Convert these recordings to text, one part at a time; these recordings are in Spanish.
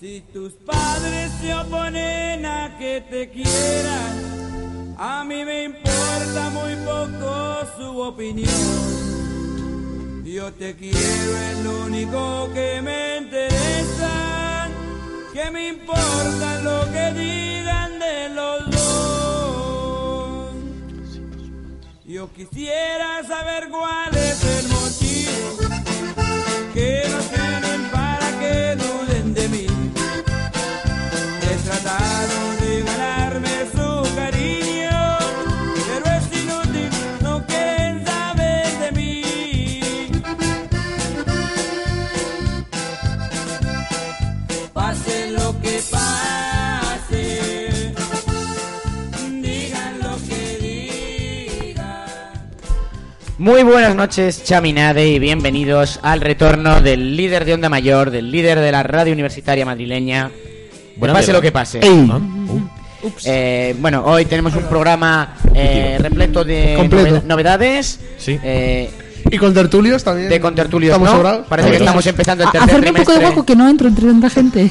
Si tus padres se oponen a que te quieran, a mí me importa muy poco su opinión. Yo te quiero, es lo único que me interesa. Que me importa lo que digan de los dos. Yo quisiera saber cuál es el motivo que no tienen para que duden de mí. He tratado de ganarme su cariño, pero es inútil, no quieren saber de mí. Pase lo que pase, digan lo que digan. Muy buenas noches, Chaminade, y bienvenidos al retorno del líder de Onda Mayor, del líder de la radio universitaria madrileña. Buena pase mierda. lo que pase. Ah, uh, Eh, bueno, hoy tenemos un programa eh, repleto de Completo. noved- novedades. Sí. eh, Y con tertulios también. de contertulios, Estamos ¿no? sobrados. Parece que estamos Novedades. empezando el Ah, A- tercer Hacerme un poco trimestre. de hueco que no entro entre tanta gente.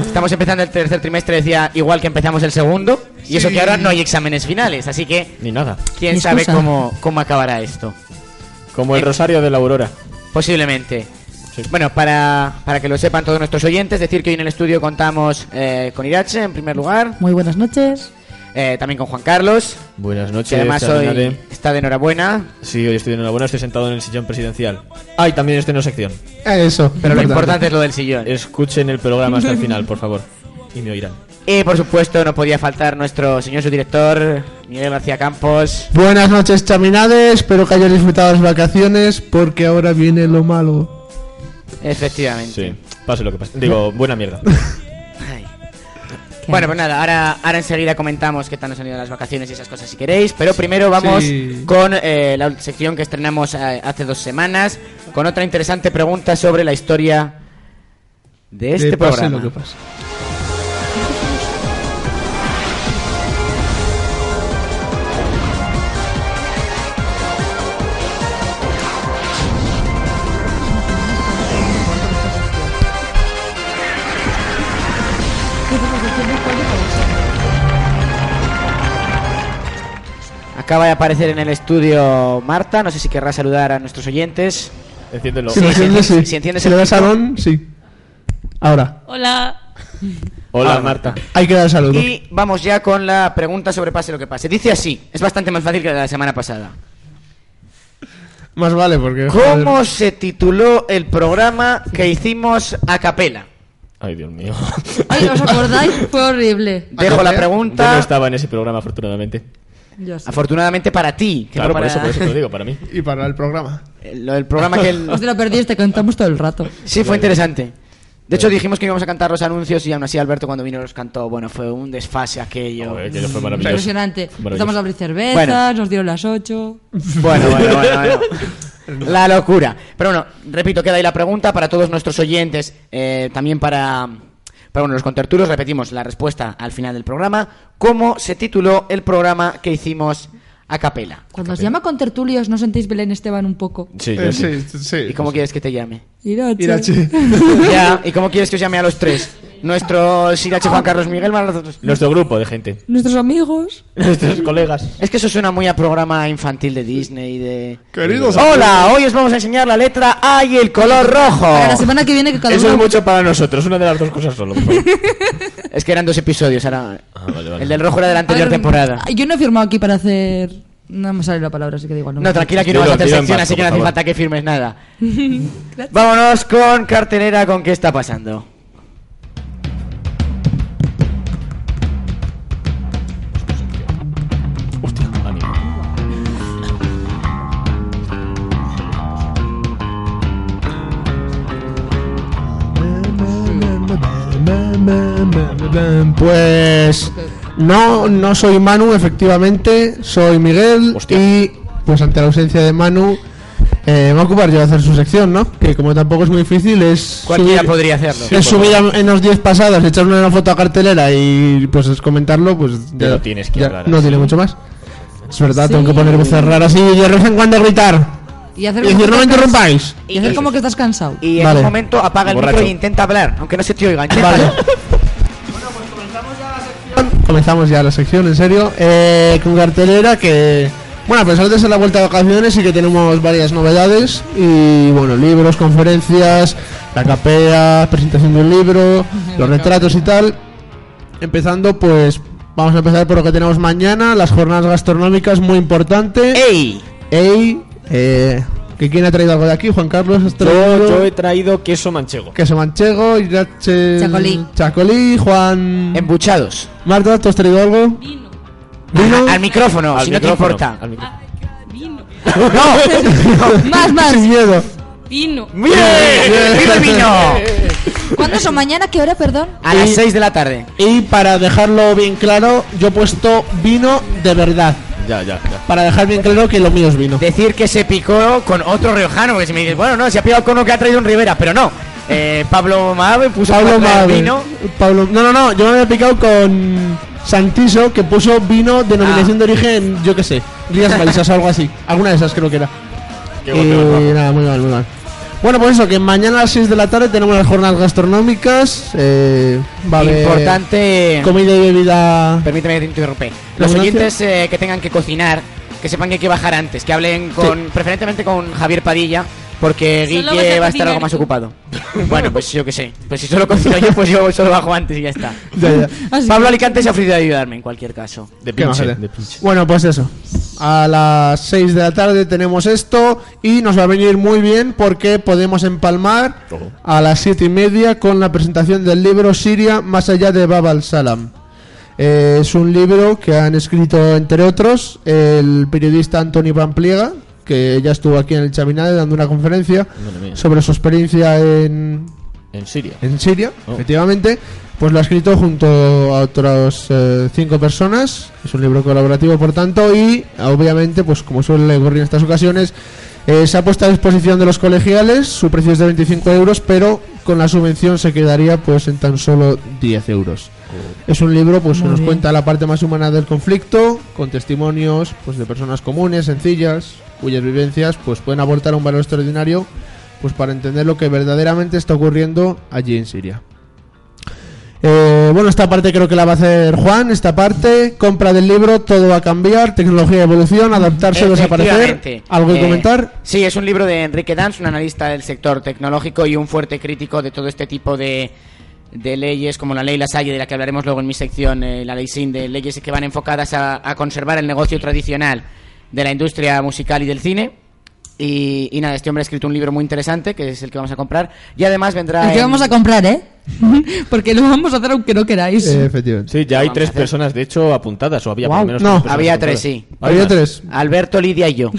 Estamos empezando el tercer trimestre, decía, igual que empezamos el segundo. Y eso Sí. que ahora no hay exámenes finales, así que Ni nada. quién Ni sabe excusa. cómo, cómo acabará esto. Como el Eh. rosario de la aurora. Posiblemente. Sí. Bueno, para, para que lo sepan todos nuestros oyentes, decir que hoy en el estudio contamos eh, con Irache, en primer lugar, Muy buenas noches. eh, también con Juan Carlos, Buenas noches. que además Chaminade. hoy está de enhorabuena, Sí, hoy estoy en enhorabuena, estoy sentado en el sillón presidencial. Ay, también estoy en una sección. Eh, Eso. pero lo importante es lo del sillón. Escuchen el programa hasta el final, por favor. Y me oirán. Y por supuesto no podía faltar nuestro señor subdirector, Miguel García Campos. Buenas noches, chaminades. Espero que hayan disfrutado las vacaciones porque ahora viene lo malo. Efectivamente. Sí, pase lo que pase. Digo, buena mierda. Ay. Bueno, pues nada, ahora, ahora enseguida comentamos qué tal nos han ido las vacaciones y esas cosas si queréis, pero primero vamos Sí. con eh, la sección que estrenamos eh, hace dos semanas, con otra interesante pregunta sobre la historia de este Que pase programa. lo que pase. Acaba de aparecer en el estudio Marta, no sé si querrá saludar a nuestros oyentes. Enciéndelo. Si lo enciendes, si- sí. si enciendes Si le el das micro. salón, sí. Ahora. Hola. Hola, Ah. Marta. Hay que dar saludo. Y vamos ya con la pregunta sobre pase lo que pase. Dice así, es bastante más fácil que la de la semana pasada. Más vale porque. ¿Cómo joder. se tituló el programa que hicimos a capela? Ay, Dios mío. Ay, ¿os acordáis? Fue horrible. Dejo la Yo no pregunta. estaba en ese programa, afortunadamente. Ya sé. Afortunadamente para ti. que Claro, no por para- eso, por eso te lo digo, para mí. Y para el programa. Lo del programa que él... Os te la perdiste, cantamos todo el rato. Sí, fue interesante. De hecho, dijimos que íbamos a cantar los anuncios y aún así Alberto cuando vino los cantó. Bueno, fue un desfase aquello. Joder, que fue maravilloso. Impresionante. Empezamos a Maravilloso. abrir cervezas, Bueno. nos dieron las 8. Bueno, bueno, bueno, bueno. La locura. Pero bueno, repito, queda ahí la pregunta para todos nuestros oyentes, eh, también para, para bueno, los contertulos. Repetimos la respuesta al final del programa. ¿Cómo se tituló el programa que hicimos a capela? Cuando os llama con tertulios, ¿no sentéis Belén Esteban un poco? Sí, yo Eh, sí. sí, sí. ¿Y cómo quieres que te llame? Irache. Irache. Ya, ¿y cómo quieres que os llame a los tres? Nuestro Sirache Juan Carlos Miguel van a los otros. Nuestro grupo de gente. Nuestros amigos. Nuestros colegas. Es que eso suena muy a programa infantil de Disney de... Queridos. Hola, hoy os vamos a enseñar la letra A y el color rojo. Para la semana que viene que cada Eso es uno... mucho para nosotros, una de las dos cosas solo. por favor. Es que eran dos episodios, ahora... Ah, vale, vale. El del rojo era de la A ver, anterior temporada. Yo no he firmado aquí para hacer... No me sale la palabra, así que da igual. No, tranquila que no Dilo, vas a hacer dilo en sección, vasco, así que no por hace favor. falta que firmes nada. Vámonos con cartelera con qué está pasando. Hostia, amigo. Pues no, no soy Manu, efectivamente, soy Miguel Hostia. y pues ante la ausencia de Manu eh, me voy a ocupar yo de hacer su sección, ¿no? Que como tampoco es muy difícil es Cualquiera subir- podría hacerlo. es subir a- en los 10 pasadas, echarle una foto a cartelera y pues es comentarlo, pues Ya no tienes que hablar No así. tiene mucho más. Es verdad, tengo que Sí. poner voces raras y de vez en cuando gritar. Y hacer Y decir, no me que estás- interrumpáis. Y hacer como que estás cansado. Y en Vale. un momento apaga el Borracho. micro y intenta hablar, aunque no se te oiga. Intenta Vale. hablar. Comenzamos ya la sección, en serio. Eh, con cartelera que. Bueno, a pesar de ser la vuelta de vacaciones, sí que tenemos varias novedades. Y bueno, libros, conferencias, la capea, presentación de un libro, los retratos y tal. Empezando, pues. Vamos a empezar por lo que tenemos mañana, las jornadas gastronómicas, muy importante. ¡Ey! ¡Ey! eh, ¿que ¿Quién ha traído algo de aquí? Juan Carlos, has Yo, traído yo he traído queso manchego. Queso Manchego, Irache. Chacolí. Chacolí, Juan. Embuchados. Marta, ¿tú has traído algo? Vino. Al micrófono, Al si no te micrófono, importa. al micrófono. Más, más. Sin miedo. Vino. ¡Bien! ¡Viva el vino! ¿Cuándo son? ¿Mañana? ¿Qué hora, perdón? A las Y- 6 de la tarde. Y para dejarlo bien claro, yo he puesto vino de verdad. Ya, ya, ya. Para dejar bien claro que lo mío es vino. Decir que se picó con otro riojano, porque si me dices, bueno, no, se ha picado con uno que ha traído un Rivera, pero no. Eh, Pablo Maave puso Pablo cuatro del Mave. vino. Pablo. No, no, no. Yo me he picado con Santiso, que puso vino denominación Ah. de origen, yo qué sé. Rías Marisas o algo así. Alguna de esas creo que era. Qué y golpe más bajo. nada, muy mal, muy mal. Bueno, pues eso, que mañana a las 6 de la tarde tenemos las jornadas gastronómicas. Eh, va a haber Importante. comida y bebida. Permíteme que te interrumpe. Los ¿Abundancia? oyentes eh, que tengan que cocinar, que sepan que hay que bajar antes, que hablen con, preferentemente con Javier Padilla, porque Solo vas Guille a va a estar cocinar algo más tú. ocupado. bueno, pues yo que sé. Pues si solo cocino yo, pues yo solo bajo antes y ya está. Ya, ya. Ah, Así. Pablo Alicante se ha ofrecido a ayudarme en cualquier caso. De Qué pinche, majete. de pinche. Bueno, pues eso. A las 6 de la tarde tenemos esto y nos va a venir muy bien porque podemos empalmar Ojo. a las 7 y media con la presentación del libro Siria más allá de Bab al-Salam. Eh, es un libro que han escrito, entre otros, el periodista Antonio Pampliega, que ya estuvo aquí en el Chaminade dando una conferencia Madre mía. sobre su experiencia en, En Siria. en Siria, Oh. efectivamente. Pues lo ha escrito junto a otras eh, cinco personas. Es un libro colaborativo, por tanto, y obviamente, pues como suele ocurrir en estas ocasiones, eh, se ha puesto a disposición de los colegiales. Su precio es de 25 euros, pero con la subvención se quedaría pues en tan solo 10 euros. Es un libro pues que Muy nos bien. cuenta la parte más humana del conflicto, con testimonios pues de personas comunes, sencillas, cuyas vivencias pues pueden aportar un valor extraordinario pues para entender lo que verdaderamente está ocurriendo allí en Siria. Eh, bueno, esta parte creo que la va a hacer Juan, esta parte, compra del libro, todo va a cambiar, tecnología, evolución, adaptarse, desaparecer, Efectivamente. algo que Eh, comentar. Sí, es un libro de Enrique Dans, un analista del sector tecnológico y un fuerte crítico de todo este tipo de, de leyes, como la ley Lasalle, de la que hablaremos luego en mi sección, eh, la ley SIN, de leyes que van enfocadas a, a conservar el negocio tradicional de la industria musical y del cine. Y, y nada, este hombre ha escrito un libro muy interesante, que es el que vamos a comprar. Y además vendrá... ¿Y qué en- vamos a comprar, eh? Porque lo vamos a hacer aunque no queráis. Eh, efectivamente. Sí, ya hay vamos tres a hacer. personas, de hecho, apuntadas. O había Guau, por lo menos no. tres personas Había apuntadas. tres, sí. Hay Había más. tres. Alberto, Lidia y yo.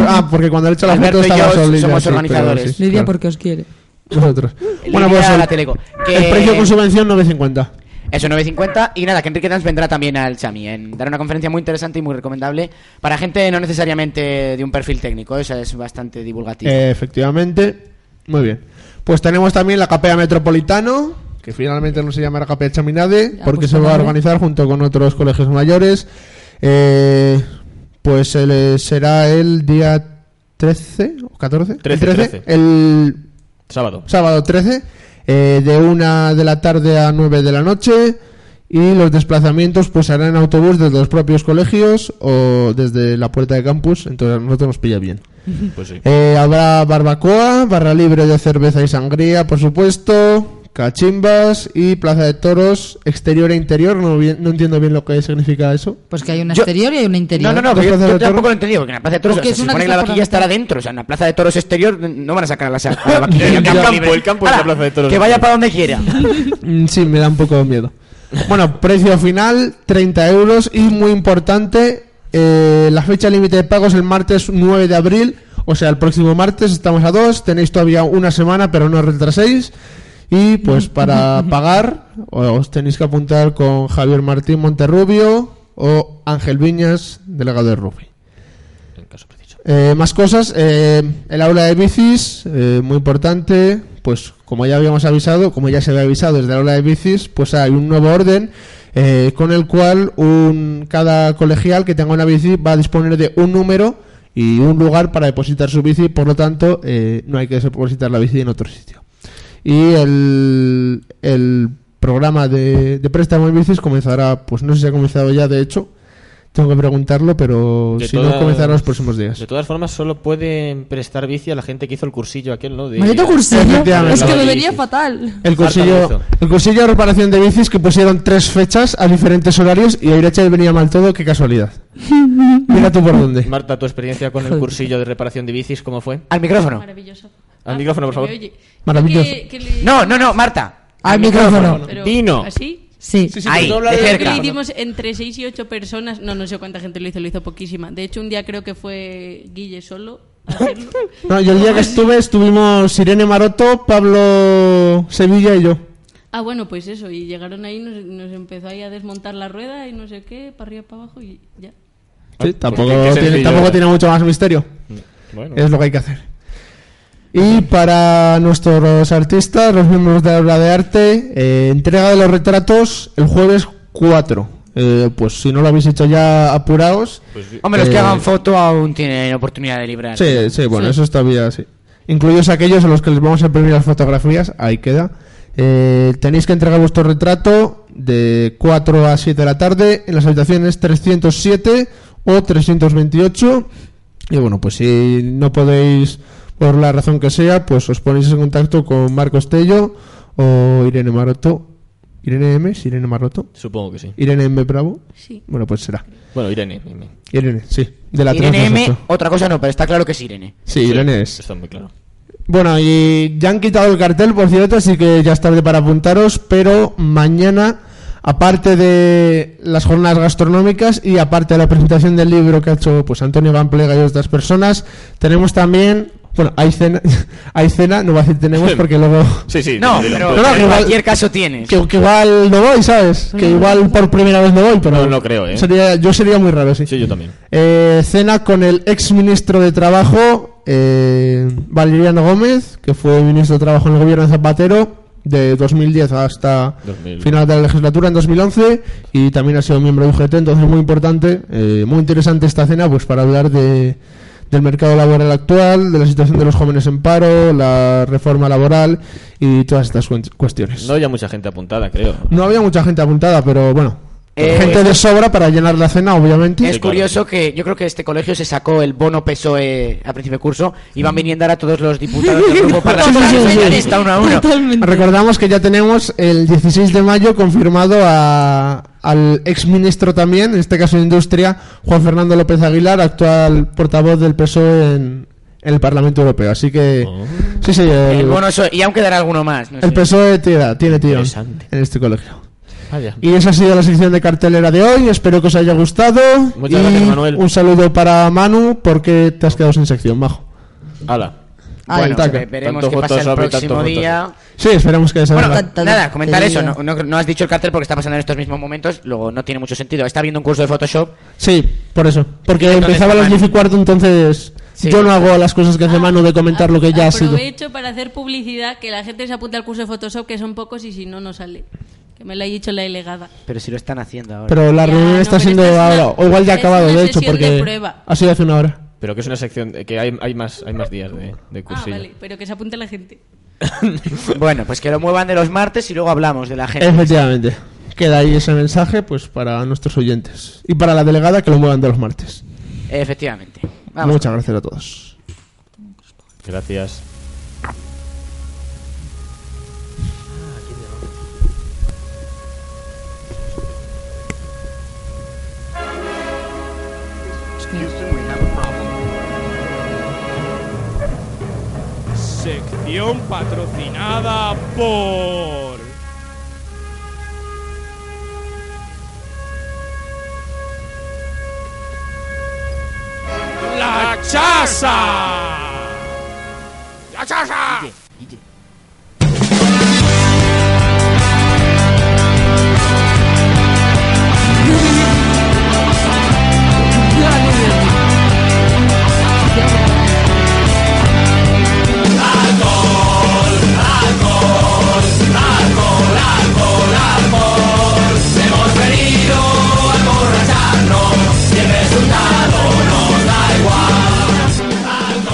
Ah, porque cuando le he hecho la Alberto foto y estaba yo solo somos sí, pero organizadores. sí, Le diría claro. porque os quiere. Nosotros. Lidia Bueno, pues la el, Teleco. Eh, el Que- precio con subvención 9.50. Eso, 9.50. Y nada, que Enrique Dans vendrá también al Chami. En dar una conferencia muy interesante y muy recomendable para gente no necesariamente de un perfil técnico. Esa es bastante divulgativa. Eh, efectivamente. Muy bien. Pues tenemos también la capea metropolitano, que finalmente no se llamará capea Chaminade, Ya, porque pues se va a vale. organizar junto con otros colegios mayores. Eh, pues el- será el día 13 o 14. El 13, 13. El Sábado. sábado 13, eh, de una de la tarde a 9 de la noche. Y los desplazamientos pues se harán en autobús desde los propios colegios o desde la puerta de campus, entonces a nosotros nos pilla bien. Pues sí. Eh, habrá barbacoa, barra libre de cerveza y sangría, por supuesto, cachimbas y plaza de toros exterior e interior. No, bien- no entiendo bien lo que significa eso. Pues que hay una Yo- exterior y hay una no, interior. no, no, ¿Dos que yo, plazas yo de toros? tampoco lo he entendido, porque en la plaza de toros, Porque o sea, es se una supone que que la está por vaquilla la estará mitad. dentro, o sea, en la plaza de toros exterior no van a sacar a la, sa- a la vaquilla. El al campo campo, libre. el campo es la Ala, plaza de toros. Que vaya para donde quiera. Mm, Sí, me da un poco de miedo. Bueno, precio final, 30 euros y muy importante, eh, la fecha límite de pago es el martes 9 de abril, o sea, el próximo martes estamos a 2, tenéis todavía una semana, pero no os retraséis. Y pues para pagar, os tenéis que apuntar con Javier Martín Monterrubio o Ángel Viñas, delegado de Rubi. En caso preciso. Eh, más cosas, eh, el aula de bicis, eh, muy importante, pues como ya habíamos avisado, como ya se había avisado desde el aula de bicis, pues hay un nuevo orden eh, con el cual un, cada colegial que tenga una bici va a disponer de un número y un lugar para depositar su bici, por lo tanto eh, no hay que depositar la bici en otro sitio. Y el, el programa de, de préstamo de bicis comenzará, pues no sé si ha comenzado ya, de hecho, tengo que preguntarlo, pero De si no todas- comenzará los próximos días. De todas formas, solo pueden prestar bici a la gente que hizo el cursillo aquel, ¿no? De- Maldito cursillo. Efectivamente. Es que me Sí, venía sí. fatal. El Harta cursillo, hizo. el cursillo de reparación de bicis que pusieron tres fechas a diferentes horarios y a derecha le venía mal todo, qué casualidad. Mira tú por dónde. Marta, tu experiencia con el Joder. cursillo de reparación de bicis, ¿cómo fue? Al micrófono. Maravilloso. Ah, Al micrófono, por que me favor. oye. Maravilloso. Que- que le- No, no, no, Marta. Al micrófono. pero Vino. ¿Así? Sí. Ahí, de Creo que cerca. lo hicimos entre 6 y 8 personas. No, no sé cuánta gente lo hizo, lo hizo poquísima. De hecho, un día creo que fue Guille solo a hacerlo. No, yo el día que estuve estuvimos Irene Maroto, Pablo Sevilla y yo. Ah, bueno, pues eso. Y llegaron ahí, nos, nos empezó ahí a desmontar la rueda y no sé qué, para arriba, para abajo y ya. Sí, tampoco, qué tiene, sencillo. tampoco tiene mucho más misterio. Bueno, Es lo que hay que hacer. Y para nuestros artistas, los miembros de la obra de arte, eh, entrega de los retratos el jueves 4. Eh, pues si no lo habéis hecho ya, apuraos. Hombre, los que Eh, hagan foto aún tienen oportunidad de librar. Sí, sí, bueno, eso está bien, sí. Incluidos aquellos a los que les vamos a imprimir las fotografías, ahí queda. Eh, tenéis que entregar vuestro retrato de 4 a 7 de la tarde en las habitaciones 307 o 328. Y bueno, pues si no podéis, por la razón que sea, pues os ponéis en contacto con Marco Estello o Irene Maroto. Irene M, ¿Es Irene Maroto. supongo que sí. Irene M Bravo. Sí. Bueno, pues será. Bueno, Irene. Irene. Irene, sí. De la Irene M, 308. otra cosa no, pero está claro que es Irene. Sí, Irene es. Está muy claro. Bueno, y ya han quitado el cartel, por cierto, así que ya es tarde para apuntaros, pero mañana, aparte de las jornadas gastronómicas y aparte de la presentación del libro que ha hecho pues Antonio Van Plega y otras personas, tenemos también, bueno, hay cena, hay cena, no voy a decir tenemos porque luego Sí, sí. No, de- de- pero de- no, en igual- cualquier caso tienes. que, que igual no voy, ¿sabes? Que igual por primera vez no voy, pero No, no creo, ¿eh? sería, yo sería muy raro, sí. Sí, yo también. Eh, cena con el ex ministro de Trabajo, eh, Valeriano Gómez, que fue ministro de Trabajo en el gobierno de Zapatero de 2010 hasta 2000. final de la legislatura en 2011 y también ha sido miembro de UGT, entonces muy importante, eh, muy interesante esta cena pues para hablar de, del mercado laboral actual, de la situación de los jóvenes en paro, la reforma laboral y todas estas cuen- cuestiones. No había mucha gente apuntada, creo. No había mucha gente apuntada, pero bueno, Eh, gente de sobra para llenar la cena, obviamente. Es curioso que yo creo que este colegio se sacó el bono PSOE E a principio de curso y van viniendo ahora todos los diputados del grupo parlamentario Sí, sí, sí. socialista uno a uno. Totalmente. Recordamos que ya tenemos el 16 de mayo confirmado a, al exministro también, en este caso de Industria, Juan Fernando López Aguilar, actual portavoz del PSOE E en, en el Parlamento Europeo. Así que, Oh. sí, sí, El el, bono so- E, y aún quedará alguno más. no el sé. PSOE tira- E tiene tirón Interesante. en este colegio. Ah, Vaya. Y esa ha sido la sección de cartelera de hoy. Espero que os haya gustado. Muchas Y gracias, Manuel. Un saludo para Manu, porque te has quedado sin sección, Majo. Hala. Bueno, Taca. ve- veremos Tanto qué pasa el Photoshop y tanto próximo día. Sí, esperamos que Bueno, salga. Tanto nada, comentar te eso. No, digo. no, no has dicho el cartel porque está pasando en estos mismos momentos. Luego no tiene mucho sentido. Está viendo un curso de Photoshop. Sí, por eso. Porque Entonces, empezaba a las Manu. 10 y cuarto, entonces Sí. yo no hago las cosas que hace Manu de comentar lo que ya ha sido. Aprovecho para hacer publicidad que la gente se apunte al curso de Photoshop, que son pocos y si no, no sale. Que me lo ha dicho la delegada. Pero si lo están haciendo ahora. Pero la Ya, reunión no, está pero siendo esta es una- ahora, o igual ya ha es acabado, una de hecho, sesión de porque prueba. ha sido hace una hora. Pero que es una sección de- que hay, hay más hay más días de, de Ah, cursillo. vale, pero que se apunte la gente. Bueno, pues que lo muevan de los martes y luego hablamos de la gente. Efectivamente. Queda ahí ese mensaje pues para nuestros oyentes. Y para la delegada que lo muevan de los martes. Eh, Efectivamente. Vamos. Muchas gracias a todos. Gracias. Sección patrocinada por... La Chasa. La Chasa. Guille, Guille.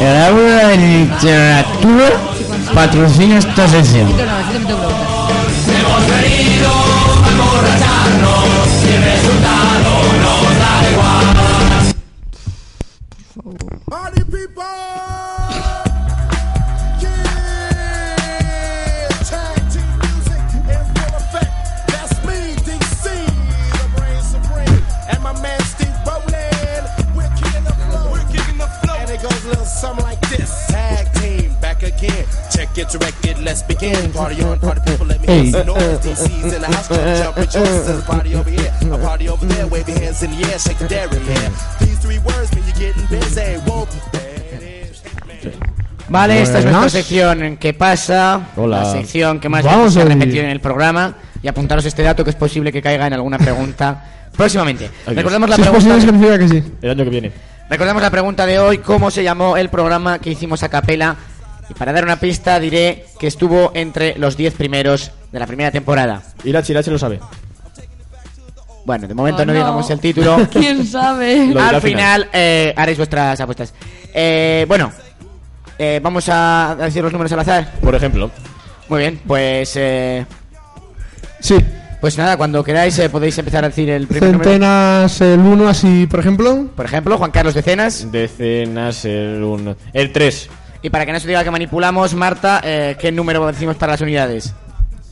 El aula de literatura patrocina esta sesión. No, así también tengo que preguntar. Something like this, tag team back again. Check it, direct it, let's begin. Party on, party people, let me Hey. hear some noise. DC's in the house, club, jump rejoice. There's a party over here, a party over there. Wave your hands in the air, shake the dairy man. These three words mean you're getting busy. Whoa, Vale, esta es nuestra Buenas. sección en que pasa, Hola. la sección que más veces Vamos se ha a ir. repetido en el programa y apuntaros este dato que es posible que caiga en alguna pregunta próximamente. Dios. Recordemos la Si es pregunta. posible, significa que sí. El año que viene. Recordemos la pregunta de hoy, ¿cómo se llamó el programa que hicimos a capela? Y para dar una pista diré que estuvo entre los 10 primeros de la primera temporada. Irachi, Irachi lo sabe. Bueno, de momento Oh, no, no. digamos el título. ¿Quién sabe? Al final eh, haréis vuestras apuestas. Eh, bueno, eh, vamos a decir los números al azar. Por ejemplo. Muy bien, pues... eh, Sí. Pues nada, cuando queráis eh, podéis empezar a decir el primer número. Centenas, el 1, así, por ejemplo. Por ejemplo, Juan Carlos Decenas. Decenas, el 1. El 3. Y para que no se diga que manipulamos, Marta, eh, ¿qué número decimos para las unidades?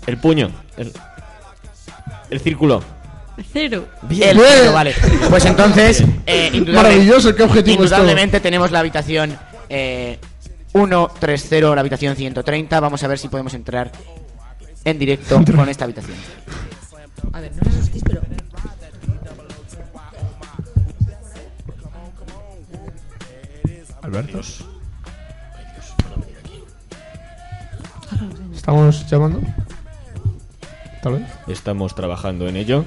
El puño. El, el círculo. Cero. El Bien. cero, vale. Pues entonces, eh, indudable- Maravilloso, qué objetivo es todo. Indudablemente tenemos la habitación eh, 130, la habitación 130. Vamos a ver si podemos entrar en directo con esta habitación. A ver, no os asustéis, pero. Alberto. Estamos llamando. Tal vez. Estamos trabajando en ello.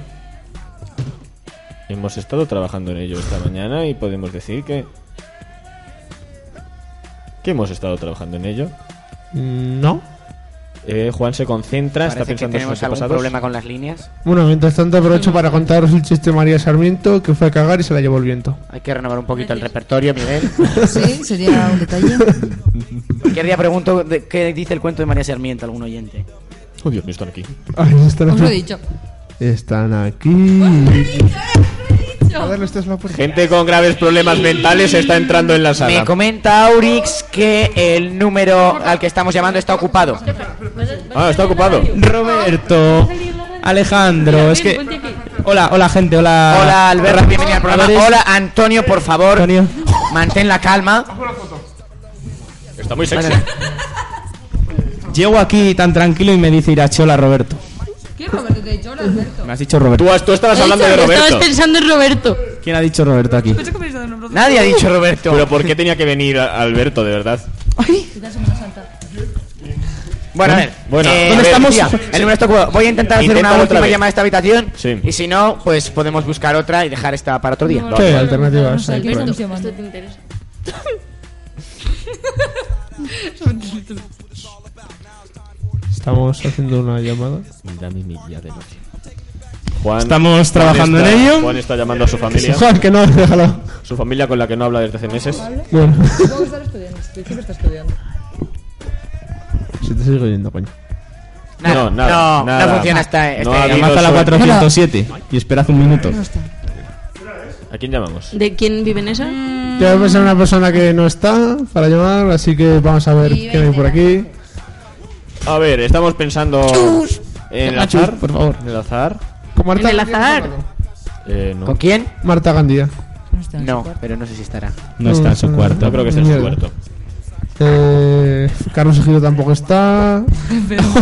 Hemos estado trabajando en ello esta mañana y podemos decir que. que hemos estado trabajando en ello. Mm, No. Eh, Juan se concentra, está Parece que pensando en sus tenemos algún antepasados. problema con las líneas. Bueno, mientras tanto aprovecho para contaros el chiste de María Sarmiento que fue a cagar y se la llevó el viento. Hay que renovar un poquito el repertorio, Miguel. Sí, sería un detalle. Cualquier día pregunto de qué dice el cuento de María Sarmiento, algún oyente. Oh, Dios mío, están aquí. Ay, están Os aquí. lo he dicho. Están aquí. Gente con graves problemas mentales está entrando en la Me sala. comenta Aurix que el número al que estamos llamando está ocupado. Ah, está ocupado. Roberto. Alejandro, es que. Hola, hola gente, hola. Hola Alberto, bienvenido al A ver, programa. es- Hola Antonio, por favor. Antonio. Mantén la calma. Está muy sexy. Vale. Llego aquí tan tranquilo y me dice Irache, hola Roberto. ¿Qué Roberto te he dicho? Hola, Alberto. Me has dicho Roberto. Tú, has- tú estabas hablando de Roberto. Estabas pensando en Roberto. ¿Quién ha dicho Roberto aquí? Nadie ha dicho Roberto. Pero ¿por qué tenía que venir a- Alberto, de verdad? Bueno, a ver. Bueno, eh, ¿dónde a ver, estamos? tía, el número está ocupado. Voy a intentar hacer Inténtalo una otra última vez. llamada a esta habitación. Sí. Y si no, pues podemos buscar otra y dejar esta para otro día. Sí, alternativas. sé, hay ¿qué por ahí. estamos Esto, llamando? esto te interesa. Estamos haciendo una llamada. Dame mi guía de noche. Juan, Estamos Juan trabajando en está- ello. Juan está llamando a su familia. Juan, que no, déjalo. Su familia con la que no habla desde hace meses. Bueno, Luego estar estudiando. Estoy siempre está estudiando. si te sigo yendo, coño. Nada, no, nada, no, nada. no funciona esta. esta No ha idea. habido- Llamad a la soy- 407 y esperad un minuto. ¿A quién llamamos? ¿De quién vive en esa? Yo voy a pensar en una persona que no está para llamar, así que vamos a ver Y quién hay por aquí. A ver, estamos pensando en el Chus, azar. por favor. En el azar. Con Marta, En el Gandía, azar. no, no, no. Eh, no. ¿Con quién? Marta Gandía. No está en No, su cuarto. pero no sé si estará. No está en su cuarto. No creo que esté en su Ah, Mierda. cuarto. Eh, Carlos Ejido tampoco está.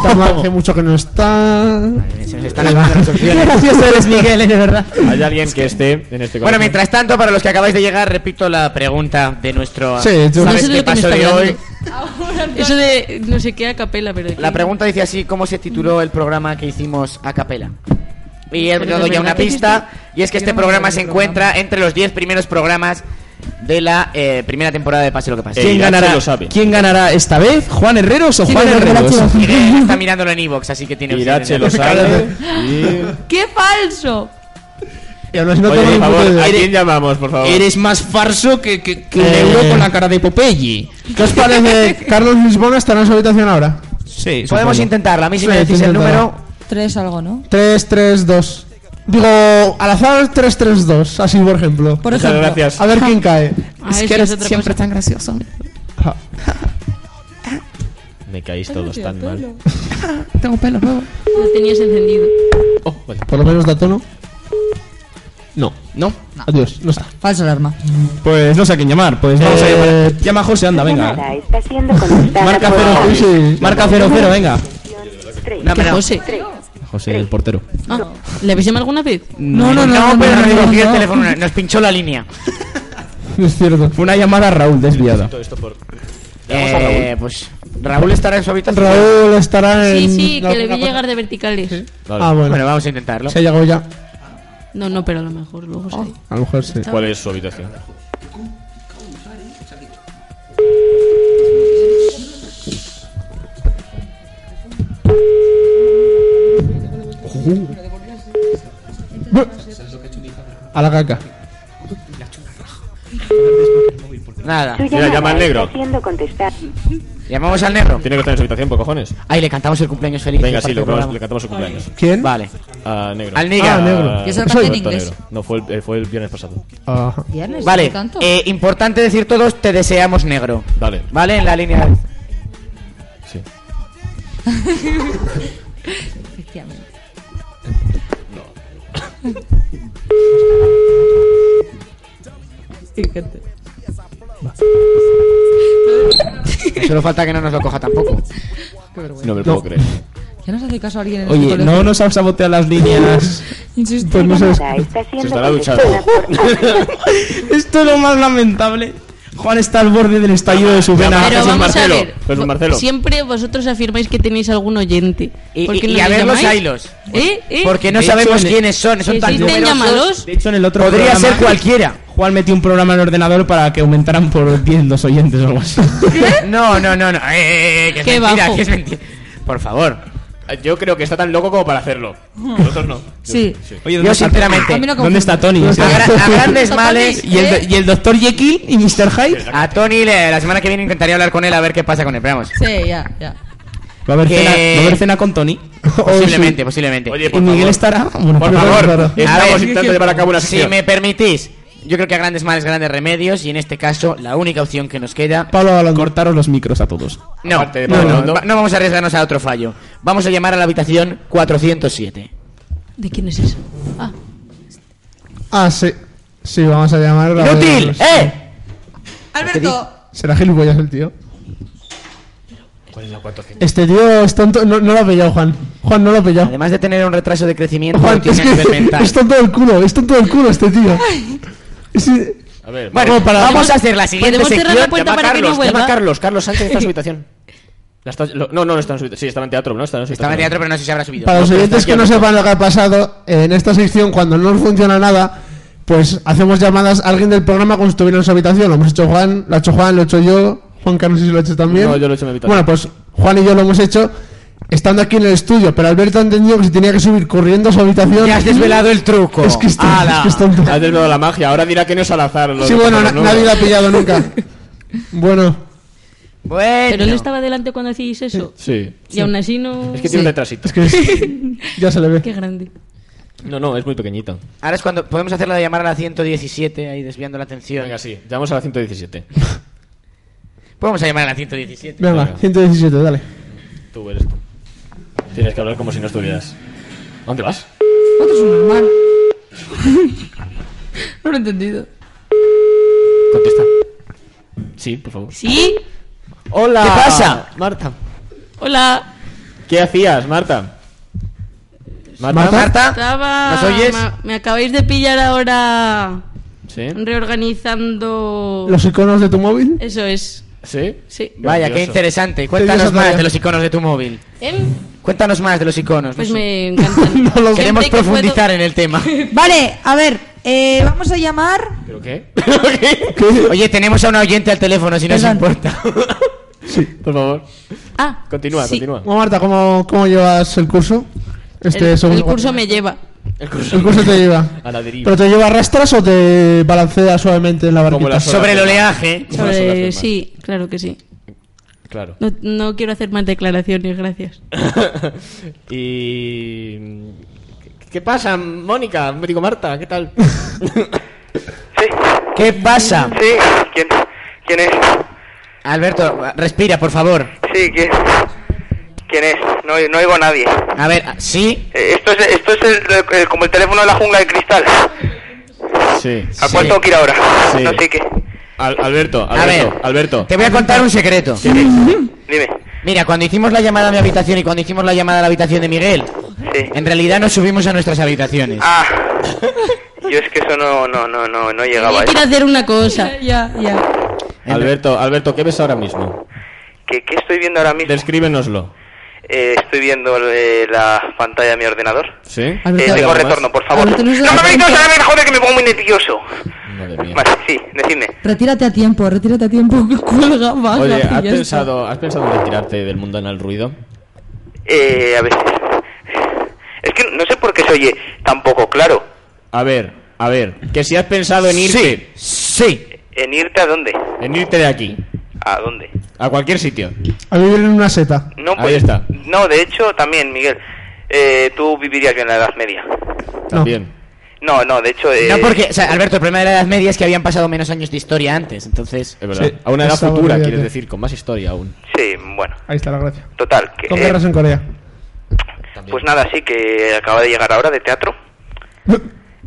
Tamara hace mucho que no está. Se nos están acabando las opciones. gracioso eres, Miguel, eh, de verdad. ¿Hay alguien que esté en este Bueno, colegio? mientras tanto, para los que acabáis de llegar, repito la pregunta de nuestro Sí, yo- No ¿Sabes sé de qué lo que me pasó está de hoy? hablando. Eso de no sé qué a capela, pero. de La quién. pregunta dice así, ¿cómo se tituló el programa que hicimos a capela? Y he Pero dado de ya una verdad que pista, y es que Yo este no me programa acuerdo se del programa. encuentra entre los 10 primeros programas de la eh, primera temporada de Pase lo que pase. Eh, ¿Quién Irache ganará, lo sabe. ¿Quién ganará esta vez? ¿Juan Herreros o Juan Herreros? Irene eh, está mirándolo en Evox, así que tiene... Irache lo opciones. sabe. Y... ¡Qué falso! Y aún así no Oye, tengo por ni puta favor, idea. ¿a quién llamamos, por favor? Eres más farso que, que, que un Eh. euro con la cara de Popeye. ¿Qué os parece? Carlos Lisbona estará en su habitación ahora. Sí, Podemos intentarla. A mí si me decís el número... Tres algo, ¿no? 332. Digo, al azar 332, así por ejemplo. Por Muchas ejemplo. gracias. A ver quién cae. Ah, Es que eres siempre tan gracioso. Me caéis todos tan mal. Tengo pelo nuevo. Lo tenías encendido. Oh, vale. Por lo menos da tono. No. ¿No? Adiós, no está. Falsa alarma. Pues no sé a quién llamar. Pues vamos a Eh, llamar. Llama a José, anda, venga. Marca pues. 00. Marca 00, venga. No, pero- José? José, el portero. Ah, ¿Le avisé alguna vez? No, pero no, cogí el teléfono, nos pinchó la línea. Es cierto. Fue una llamada a Raúl desviada. Llamamos a Eh, pues Raúl estará en su habitación. Raúl estará Eh, Sí, en. sí, que le vi alguna llegar de verticales. Vale. Ah, bueno. Bueno, vamos a intentarlo. Se ha llegado ya. No, no, pero a lo mejor luego Oh. sí. A lo mejor sí. ¿Cuál es su habitación? A la caca. Nada. Mira, llama al negro. Llamamos al negro. Tiene que estar en su habitación, por cojones. Ahí le cantamos el cumpleaños feliz. Venga, de parte sí, le del cantamos, programa. le cantamos su cumpleaños. ¿Quién? Vale. Pues, A negro. Al nigga. Ah, negro. Que se lo soy- cante en inglés. Negro. No, fue el, eh, fue el viernes pasado. Ajá. Viernes, Vale. ¿no tanto? eh, importante decir todos, te deseamos negro. Dale. Vale, en la línea. Sí. Efectivamente. Fíjate. Solo falta que no nos lo coja tampoco. Qué vergüenza. No me lo puedo creer. ¿Ya nos hace caso a alguien en Oye, este no colegio? nos has saboteado las líneas. Insisto. Pues no sé. Se estará duchando. Esto es lo más lamentable. Juan está al borde del estallido de su vena. Jesús Pero vamos Marcelo, a ver. Jesús vo- Marcelo. Siempre vosotros afirmáis que tenéis algún oyente. Y, ¿Por qué y- no y a les ver los llamáis? hilos. ¿Eh? ¿Eh? Porque no De hecho, sabemos en el- quiénes son. Son tan ¿Existen numerosos. llamados? De hecho, en el otro Podría programa, ser cualquiera. Juan metió un programa en el ordenador para que aumentaran por 10 los oyentes o algo así. No, no, no, no. Eh, eh, eh, que es Qué mentira, bajo. que es mentira. Por favor. Yo creo que está tan loco como para hacerlo. Nosotros no. Sí. Oye, Yo sinceramente. A mí no ¿Dónde está Tony? A, gra- a grandes males. ¿Y, el, do- y el doctor Jekyll y Mr. Hyde? A Tony le- la semana que viene intentaría hablar con él a ver qué pasa con él. Pero vamos. Sí, ya, ya. ¿Va a haber, Que- cena, ¿va a Eh, haber cena con Tony? Posiblemente, posiblemente. Oye, ¿Y por Miguel favor. estará? Bueno, Por pero- favor, Eh, A estamos ver, intentando llevar a cabo una si sección. me permitís, yo creo que a grandes males, grandes remedios. Y en este caso, la única opción que nos queda. Pablo Balón. Cortaros los micros a todos. No, Aparte de no, Pablo no, Hondo. va- no vamos a arriesgarnos a otro fallo. Vamos a llamar a la habitación 407. ¿De quién es eso? Ah, Ah, sí. Sí, vamos a llamar a. ¡Inútil! ¡Eh! Alberto. ¿Será gilipollas el tío? ¿Cuál es la 400? Este tío es tonto. No, no lo ha pillado, Juan. Juan, no lo ha pillado. Además de tener un retraso de crecimiento, Juan, tiene es, que nivel mental. es tonto del culo. Es tonto del culo este tío. Sí. A ver, Bueno, para- vamos ¿Podemos- a hacer la siguiente podemos cerrar sección. la puerta para que no vuelva? llama a Carlos. Carlos Sánchez está en su habitación. La está- lo- no, no, no está en su habitación. Sí, estaba en teatro, ¿no? Estaba en su Estaba en habitación. teatro, pero no sé si se habrá subido. Para No, los pero oyentes está que no aquí sepan lo que ha pasado, en esta sección, cuando no nos funciona nada, pues hacemos llamadas a alguien del programa cuando estuviera en su habitación. Lo hemos hecho Juan, lo ha hecho Juan, lo he hecho yo. Juan Carlos, no sé si lo ha hecho también. No, yo lo he hecho en mi habitación. Bueno, pues Juan y yo lo hemos hecho estando aquí en el estudio, pero Alberto ha entendido que se tenía que subir corriendo a su habitación. Ya has desvelado el truco. pues, Es que es tonto, ¡Hala! es que es tonto. Has desvelado la magia. Ahora dirá que no es al azar. lo Sí, de bueno, na- Pablo, ¿no? nadie lo ha pillado nunca. Bueno, Bueno. pero él estaba delante cuando hacíais eso. Sí. Y aún así no. Es que tiene un retrasito. es que es- ya se le ve. Qué grande. No, no, es muy pequeñito. Ahora es cuando podemos hacer la de llamar a la 117, ahí desviando la atención. Venga, sí. Llamamos a la 117. Podemos llamar a la 117. Venga, Venga. 117, dale. Tú eres tú. Tienes que hablar como si no estuvieras. ¿A dónde vas? Otro es un normal. no lo he entendido. Contesta. Sí, por favor. ¿Sí? Hola. ¿Qué pasa? Marta. Hola. ¿Qué hacías, Marta? Marta. Marta, Estaba. ¿Nos oyes? ma- Me acabáis de pillar ahora Sí. reorganizando. Los iconos de tu móvil. Eso es. Sí. Sí. vaya, qué Grandioso. interesante. Te Cuéntanos digo más esa de los iconos de tu móvil. Em, Cuéntanos más de los iconos. Pues no sé. me encantan. No lo- Siempre Queremos que profundizar en el tema. Vale, a ver, eh, vamos a llamar. ¿Pero qué? Oye, tenemos a una oyente al teléfono, si no os Perdón. importa. Por favor. puedo- Ah, Continúa, sí. continúa. Bueno, Marta, ¿cómo, cómo llevas el curso? El, Este segundo el curso me lleva. El curso, te lleva. A la deriva. ¿Pero te lleva a rastras o te balancea suavemente en la barquita? Sobre, sí, claro que sí. Claro. No, no quiero hacer más declaraciones, gracias. y. ¿Qué pasa, Mónica? Me digo Marta, ¿qué tal? ¿Qué pasa? Sí, ¿quién, quién es? Alberto, respira, por favor. Sí, ¿quién, quién es? No, oí- no oigo a nadie. A ver, sí. Eh, Esto es, esto es el- el- el- como el teléfono de la jungla de cristal. Sí. ¿A cuál tengo que ir ahora? Sí. No sé qué. Al- Alberto, Alberto, Alberto. Te voy a contar un secreto. Dime. Mira, cuando hicimos la llamada a mi habitación y cuando hicimos la llamada a la habitación de Miguel, en realidad nos subimos a nuestras habitaciones. Ah, Ah. Yo es que eso no, no, no, no, no llegaba. Yo ¿eh? quiero hacer una cosa. ya, ya. Alberto, Alberto, ¿qué ves ahora mismo? ¿Qué, qué estoy viendo ahora mismo? Descríbenoslo. Eh, estoy viendo eh, la pantalla de mi ordenador. ¿Sí? Eh, tengo retorno, por favor. Alberto, no se da me grites, cuenta. ahora me jode que me pongo muy nervioso. Vale, sí, decidme. Retírate a tiempo, retírate a tiempo. Cuelga, baja. Oye, y ya ¿has está. pensado, ¿has pensado en retirarte del mundo en el ruido? Eh, a ver. Es que no sé por qué se oye tampoco claro. A ver, a ver, que si has pensado en irte. Sí, ¿En irte a dónde? En irte de aquí, ¿A dónde? a cualquier sitio. A vivir en una seta. No, Ahí está. No, de hecho, también, Miguel. Eh, tú vivirías yo en la Edad Media. También. No, no, de hecho. Eh, No porque, o sea, Alberto, el problema de la Edad Media es que habían pasado menos años de historia antes, entonces... Es verdad. a una edad Esa futura, barbaridad, quieres tío. decir, con más historia aún. Sí, bueno, Ahí está la gracia. total. Que, Con eh, guerras en Corea. pues nada, sí, que acaba de llegar ahora de teatro.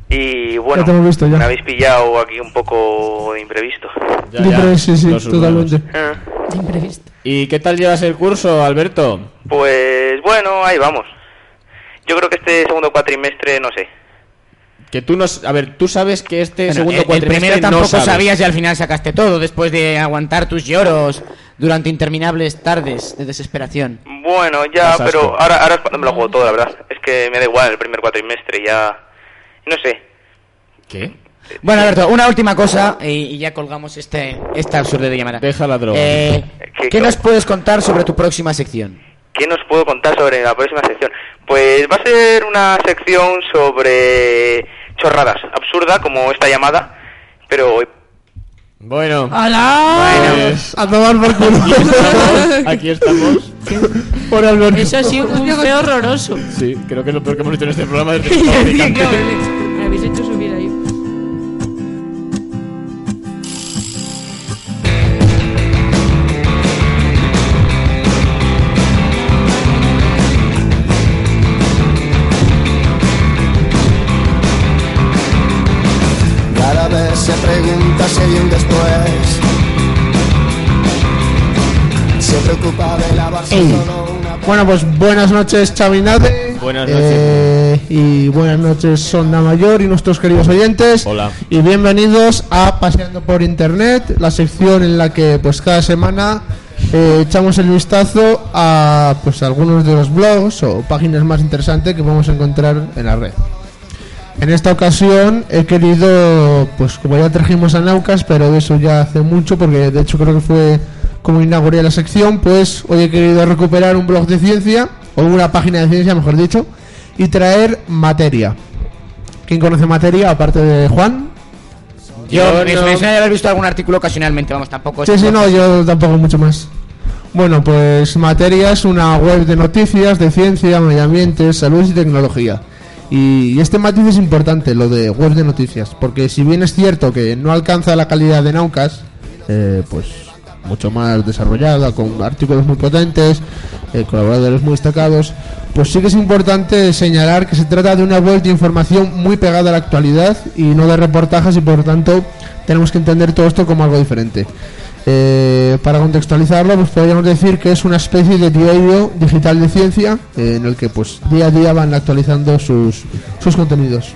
Y bueno, Ya te hemos visto, ya. me habéis pillado aquí un poco de imprevisto. Yo creo que sí, sí, los totalmente. Ah, ¿Y qué tal llevas el curso, Alberto? Pues bueno, ahí vamos. Yo creo que este segundo cuatrimestre, no sé. Que tú nos, a ver, tú sabes que este Bueno, eh, segundo el- el, cuatrimestre primero tampoco no sabes. sabías y al final sacaste todo, después de aguantar tus lloros durante interminables tardes de desesperación. Bueno, ya, Más asco. pero ahora, ahora es cuando me lo juego todo, la verdad. Es que me da igual el primer cuatrimestre, ya. No sé. ¿Qué? Bueno, Alberto, una última cosa y, y ya colgamos este, esta absurda llamada. Deja la droga. Eh, ¿Qué, ¿Qué nos puedes contar sobre tu próxima sección? ¿Qué nos puedo contar sobre la próxima sección? Pues va a ser una sección sobre chorradas, absurda como esta llamada, pero Bueno. Pues, A tomar por culo. aquí estamos. Por Alberto. Eso ha sido un feo horroroso. Sí, creo que es lo peor que hemos hecho en este programa desde que Es que, fabricante. claro, me habéis hecho subir ahí. Cada vez se pregunta si hay un después. Se preocupa de lavarse Ey. solo una Bueno, pues buenas noches, Chavinade. Buenas Eh, y buenas noches, Sonda Mayor y nuestros queridos oyentes. Hola. Y bienvenidos a Paseando por Internet, la sección en la que pues cada semana eh, echamos el vistazo a pues algunos de los blogs o páginas más interesantes que vamos a encontrar en la red. En esta ocasión he querido, pues como ya trajimos a Naucas, pero de eso ya hace mucho, porque de hecho creo que fue como inauguré la sección, pues hoy he querido recuperar un blog de ciencia, o una página de ciencia, mejor dicho, y traer materia. ¿Quién conoce materia aparte de Juan? Yo, me, me suena de haber visto algún artículo ocasionalmente, vamos, tampoco es- Sí, sí, no, yo tampoco mucho más. Bueno, pues Materia es una web de noticias de ciencia, medio ambiente, salud y tecnología. Y, y este matiz es importante, lo de web de noticias, porque si bien es cierto que no alcanza la calidad de Naucas, eh, pues mucho más desarrollada, con artículos muy potentes, eh, colaboradores muy destacados, pues sí que es importante señalar que se trata de una web de información muy pegada a la actualidad y no de reportajes y por lo tanto tenemos que entender todo esto como algo diferente. Eh, para contextualizarlo, pues podríamos decir que es una especie de diario digital de ciencia eh, en el que pues día a día van actualizando sus, sus contenidos.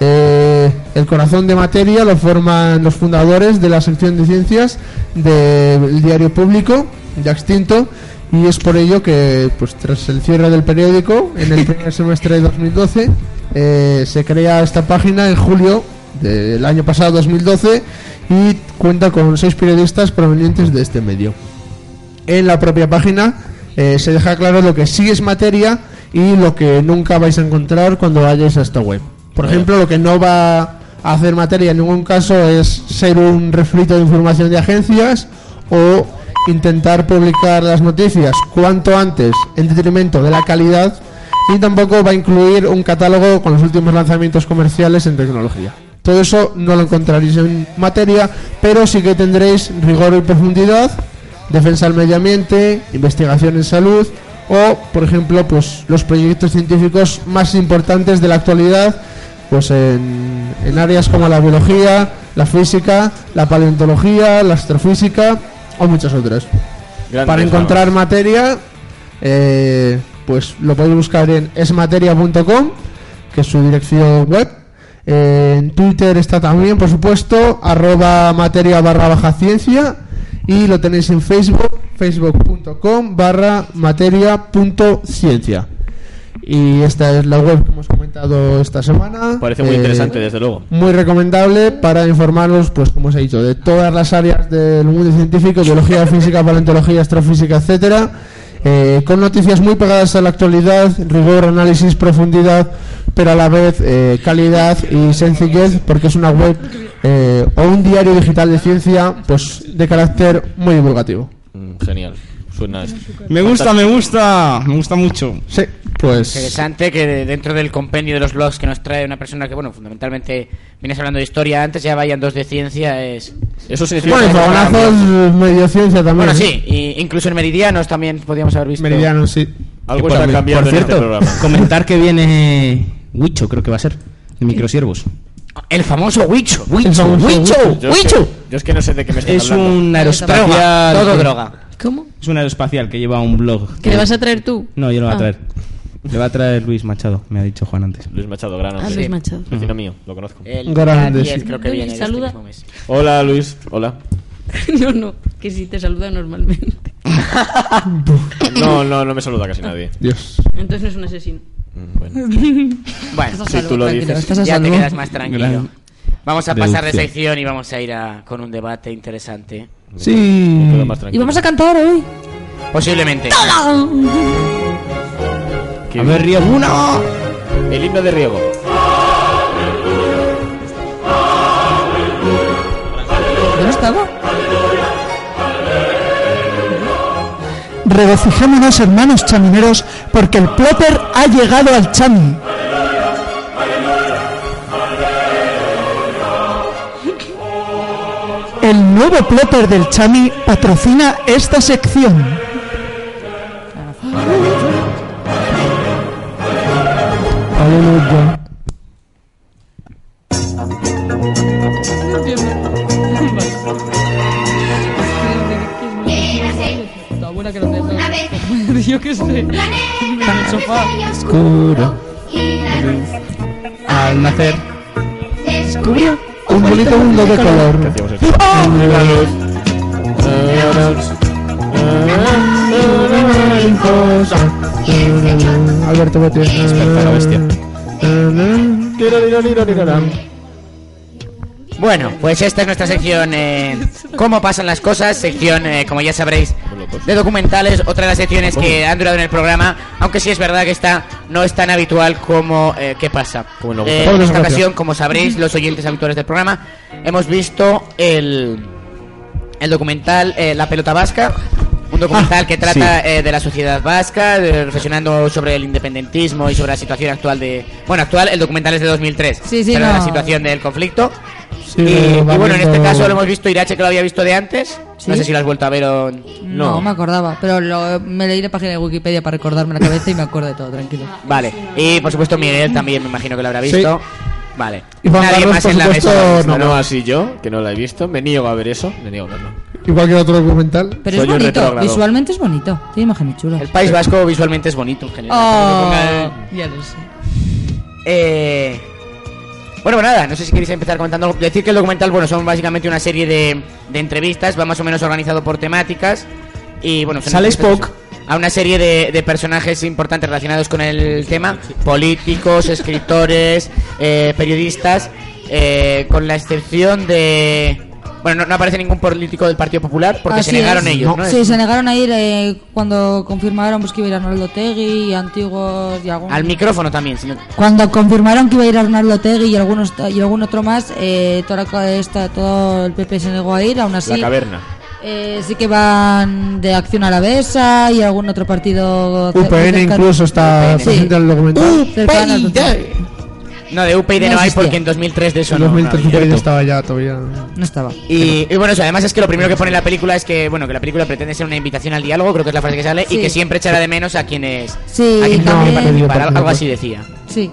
Eh, el corazón de materia lo forman los fundadores de la sección de ciencias del diario público, ya extinto, y es por ello que, pues tras el cierre del periódico, en el primer semestre de 2012, eh, se crea esta página en julio del año pasado, 2012, y cuenta con seis periodistas provenientes de este medio en la propia página eh, se deja claro lo que sí es materia y lo que nunca vais a encontrar cuando vayáis a esta web. Por Vale. ejemplo, lo que no va a hacer materia en ningún caso es ser un refrito de información de agencias o intentar publicar las noticias cuanto antes en detrimento de la calidad y tampoco va a incluir un catálogo con los últimos lanzamientos comerciales en tecnología. Todo eso no lo encontraréis en materia, pero sí que tendréis rigor y profundidad, defensa al medio ambiente, investigación en salud o, por ejemplo, pues los proyectos científicos más importantes de la actualidad, pues en, en áreas como la biología, la física, la paleontología, la astrofísica o muchas otras. Grandes Para encontrar materia, eh, pues lo podéis buscar en esmateria.com, que es su dirección web. Eh, en Twitter está también, por supuesto, arroba materia barra baja ciencia. Y lo tenéis en Facebook, facebook.com barra materia punto ciencia. Y esta es la web que hemos comentado esta semana. Parece muy Eh, interesante, desde luego. muy recomendable para informaros, pues como os he dicho, de todas las áreas del mundo científico, biología, física, paleontología, astrofísica, etcétera, eh, con noticias muy pegadas a la actualidad, rigor, análisis, profundidad, pero a la vez eh, calidad y sencillez, porque es una web eh, o un diario digital de ciencia, pues de carácter muy divulgativo. Mm, Genial. Suena esto. Me gusta, me gusta, me gusta mucho. Sí, pues. Interesante que de- dentro del compendio de los blogs que nos trae una persona que, bueno, fundamentalmente vienes hablando de historia antes, ya vayan dos de ciencia, es... Eso Bueno, y fogonazos, medio ciencia también. Bueno, ¿eh? sí, y incluso en Meridianos también podíamos haber visto. Meridiano, sí. Algo Que está por- cambiando Por en este cierto, programa. comentar que viene Wicho, creo que va a ser, de Microsiervos. El famoso Wicho, El Wicho, famoso Wicho, Wicho. Wicho. Yo es que no sé de qué me estás Es hablando. un aeroespacial. Droga, todo que- droga. ¿Cómo? Es un aeroespacial que lleva un blog. ¿Que le vas a traer tú? No, yo lo voy Ah. a traer. Le va a traer Luis Machado, me ha dicho Juan antes. Luis Machado, gran hombre. Ah, Luis Machado. Vecino mío, lo conozco. El Grande, día 10 sí. creo que Luis, viene de este saluda. mismo mes. Hola, Luis. Hola. No, no, que si te saluda normalmente. No, no, no me saluda casi nadie. Dios. Entonces no es un asesino. Mm, Bueno. Bueno, Si tú lo dices. estás a ya te salvo. quedas más tranquilo. Gran Vamos a pasar de deducción. sección y vamos a ir a, con un debate interesante. Sí. Me quedo más Y tranquilo. vamos a cantar hoy. Posiblemente. Qué A ver, bien. Riego, una. El himno de riego. ¿Yo no estaba? Regocijémonos, hermanos chamineros, porque el plotter ha llegado al chami. El nuevo plotter del chami patrocina esta sección. Aleluya. Está buena que lo dejas. Yo qué sé. En el sofá. Oscuro. Al nacer. Descubrió Un bonito mundo de color. ¿Qué hacíamos aquí? La luz. Alberto Bote. Eh, Despertar a la bestia. Bueno, pues esta es nuestra sección eh, Cómo pasan las cosas, sección, eh, como ya sabréis, de documentales, otra de las secciones que han durado en el programa, aunque sí es verdad que esta no es tan habitual como eh, ¿Qué pasa? Como nos Eh, gusta. en esta gracias. ocasión, como sabréis, los oyentes habituales del programa, hemos visto el, el documental eh, La pelota vasca, un Ah, documental que trata eh, de la sociedad vasca, de- reflexionando sobre el independentismo y sobre la situación actual de... Bueno, actual, el documental es de 2003, Sí, sí, pero de la no. situación del conflicto. Sí, y, y va bueno, en este viendo- caso lo hemos visto Irache que lo había visto de antes. No Sí. sé si lo has vuelto a ver o... No, me acordaba. Pero lo- me leí la página de Wikipedia para recordarme la cabeza y me acuerdo de todo, tranquilo. Vale. Y por supuesto Miguel también me imagino que lo habrá visto. Vale. Y Juan Carlos, por supuesto, lo ha visto, Ah, No, no, así yo, que no la he visto. Me niego a ver eso. Me niego a verlo. Igual que otro documental. Pero Soy un es bonito, retrógrado. visualmente es bonito. Tiene imágenes chulas. El País Vasco visualmente es bonito en general. Ah. Oh, ya lo sé. Eh, bueno, pues nada, no sé si queréis empezar comentando. Decir que el documental, bueno, son básicamente una serie de, de entrevistas, va más o menos organizado por temáticas. Y bueno, son Sale entrevistas Spock. A una serie de, de personajes importantes relacionados con el tema: políticos, escritores, eh, periodistas. eh, con la excepción de. Bueno, no, no aparece ningún político del Partido Popular porque se Así negaron es. ellos, ¿no? Sí, se negaron a ir eh, cuando confirmaron pues, que iba a ir Arnaldo Tegui y antiguos y algún- Al micrófono también, si no- Cuando confirmaron que iba a ir Arnaldo Tegui y, algunos, y algún otro más, eh, toda la co- esta- todo el PP se negó a ir, aún así. La caverna. eh, sí que van de Acción Alavesa y algún otro partido. UPN cercano- incluso está Sí. presente en el Uh, documental. cercano al- No, de UPyD no, No hay existía. porque en 2003 de eso En no- 2003 no había. Wikipedia estaba ya todavía. No estaba. Y, y bueno, eso, además es que lo primero que pone la película es que, bueno, que la película pretende ser una invitación al diálogo, creo que es la frase que sale, Sí. y que siempre echará de menos a quienes... Sí, a quienes también- participan, algo así decía. Sí.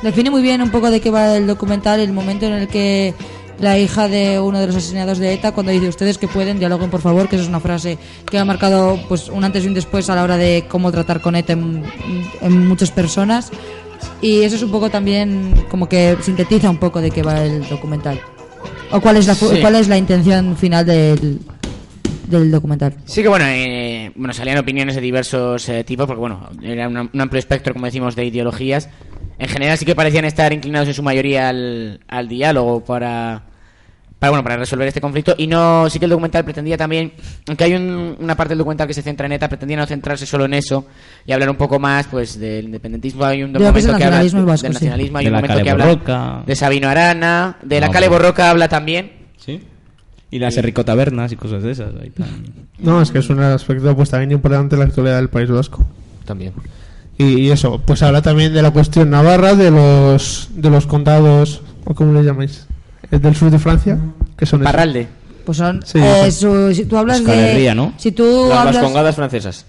Define muy bien un poco de qué va el documental, el momento en el que la hija de uno de los asesinados de ETA, cuando dice ustedes que pueden, dialoguen por favor, que esa es una frase que ha marcado pues un antes y un después a la hora de cómo tratar con ETA en, en muchas personas. Y eso es un poco también como que sintetiza un poco de qué va el documental. ¿O cuál es la, fu- Sí. cuál es la intención final del, del documental? Sí que bueno, eh, bueno, salían opiniones de diversos eh, tipos, porque bueno, era una- un amplio espectro, como decimos, de ideologías. En general sí que parecían estar inclinados en su mayoría al, al diálogo para, para, bueno, para resolver este conflicto. Y no, sí que el documental pretendía también, aunque hay un- una parte del documental que se centra en ETA, pretendía no centrarse solo en eso y hablar un poco más pues del independentismo. Hay un De lo que es momento el que habla nacionalismo vasco, del sí. nacionalismo, hay De un la momento Cale que habla Borroca. de Sabino Arana, de la No, Cale pero- Borroca habla también. Sí. Y las herricotabernas y cosas de esas. ahí tan- No, es que es un aspecto pues también importante en la actualidad del País Vasco. También. Y, y eso, pues habla también de la cuestión navarra, de los de los condados, o como le llamáis, Eh, del sur de Francia, que son esos. Parralde. Pues son... Sí, eh, pues- su- si tú hablas Euskal de... Herria, ¿no? Si tú Las hablas... vascongadas francesas.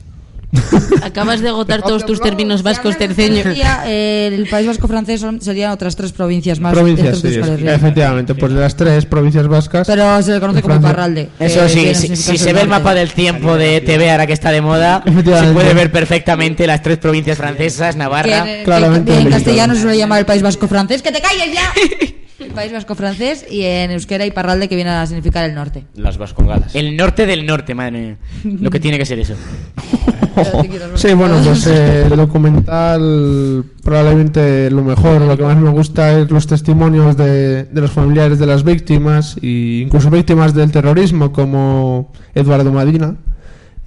Acabas de agotar todos tus términos vascos terceño. Sería, eh, el País Vasco francés son- serían otras tres provincias más. provincias, dentro de sí, Euskal es- Herria. efectivamente, pues de las tres provincias vascas. Pero se le conoce como Francia. Parralde. Eso Eh, sí, viene si, sin si caso se ve el norte. mapa del tiempo de TV ahora que está de moda, se Efectivamente. puede ver perfectamente las tres provincias francesas, Navarra. Que en- que en castellano se suele llamar el País Vasco francés. ¡Que te calles ya! El País Vasco francés y en euskera y Parralde que viene a significar el norte. Las vascongadas. El norte del norte, madre mía. Lo que tiene que ser eso. Sí, bueno, pues eh, el documental probablemente lo mejor, lo que más me gusta es los testimonios de, de los familiares de las víctimas e incluso víctimas del terrorismo como Eduardo Madina,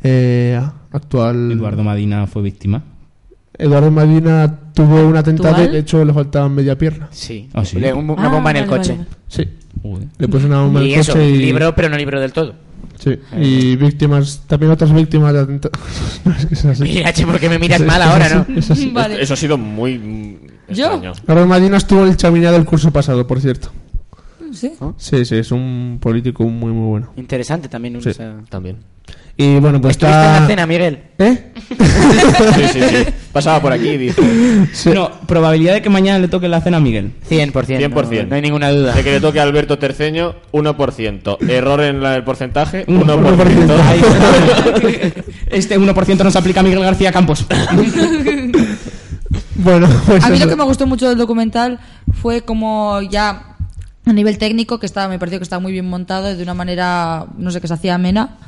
eh, actual... Eduardo Madina fue víctima. Eduardo Madina tuvo un atentado, ¿Actual? de hecho le faltaba media pierna. Sí. Ah, sí. Le- un- una Ah, bomba en el vale, coche. vale. Sí. Le puse una bomba en y el eso, Eh. coche y... libró, pero no libró del todo. Sí, y víctimas, también otras víctimas de atentados. es que es así. Mira, che, porque me miras Es- mal es ahora, así, ¿no? es así. Esto- Eso ha sido muy. mm, extraño. Eduardo Madina estuvo en el Chaminá del curso pasado, por cierto. ¿Sí? Sí, sí, es un político muy, muy bueno. Interesante también. Sí. También. Y bueno, pues Estuviste en la está... cena, Miguel. ¿Eh? sí, sí, sí. Pasaba por aquí y dijo. Bueno, probabilidad de que mañana le toque la cena a Miguel. 100%. 100%. No, no hay ninguna duda. De que le toque a Alberto Terceño, 1%. Error en la- el porcentaje, Un 1%. Ahí está. este 1% nos aplica a Miguel García Campos. bueno, pues A mí lo eso. que me gustó mucho del documental fue como ya a nivel técnico, que estaba, me pareció que estaba muy bien montado y de una manera, no sé, que se hacía amena.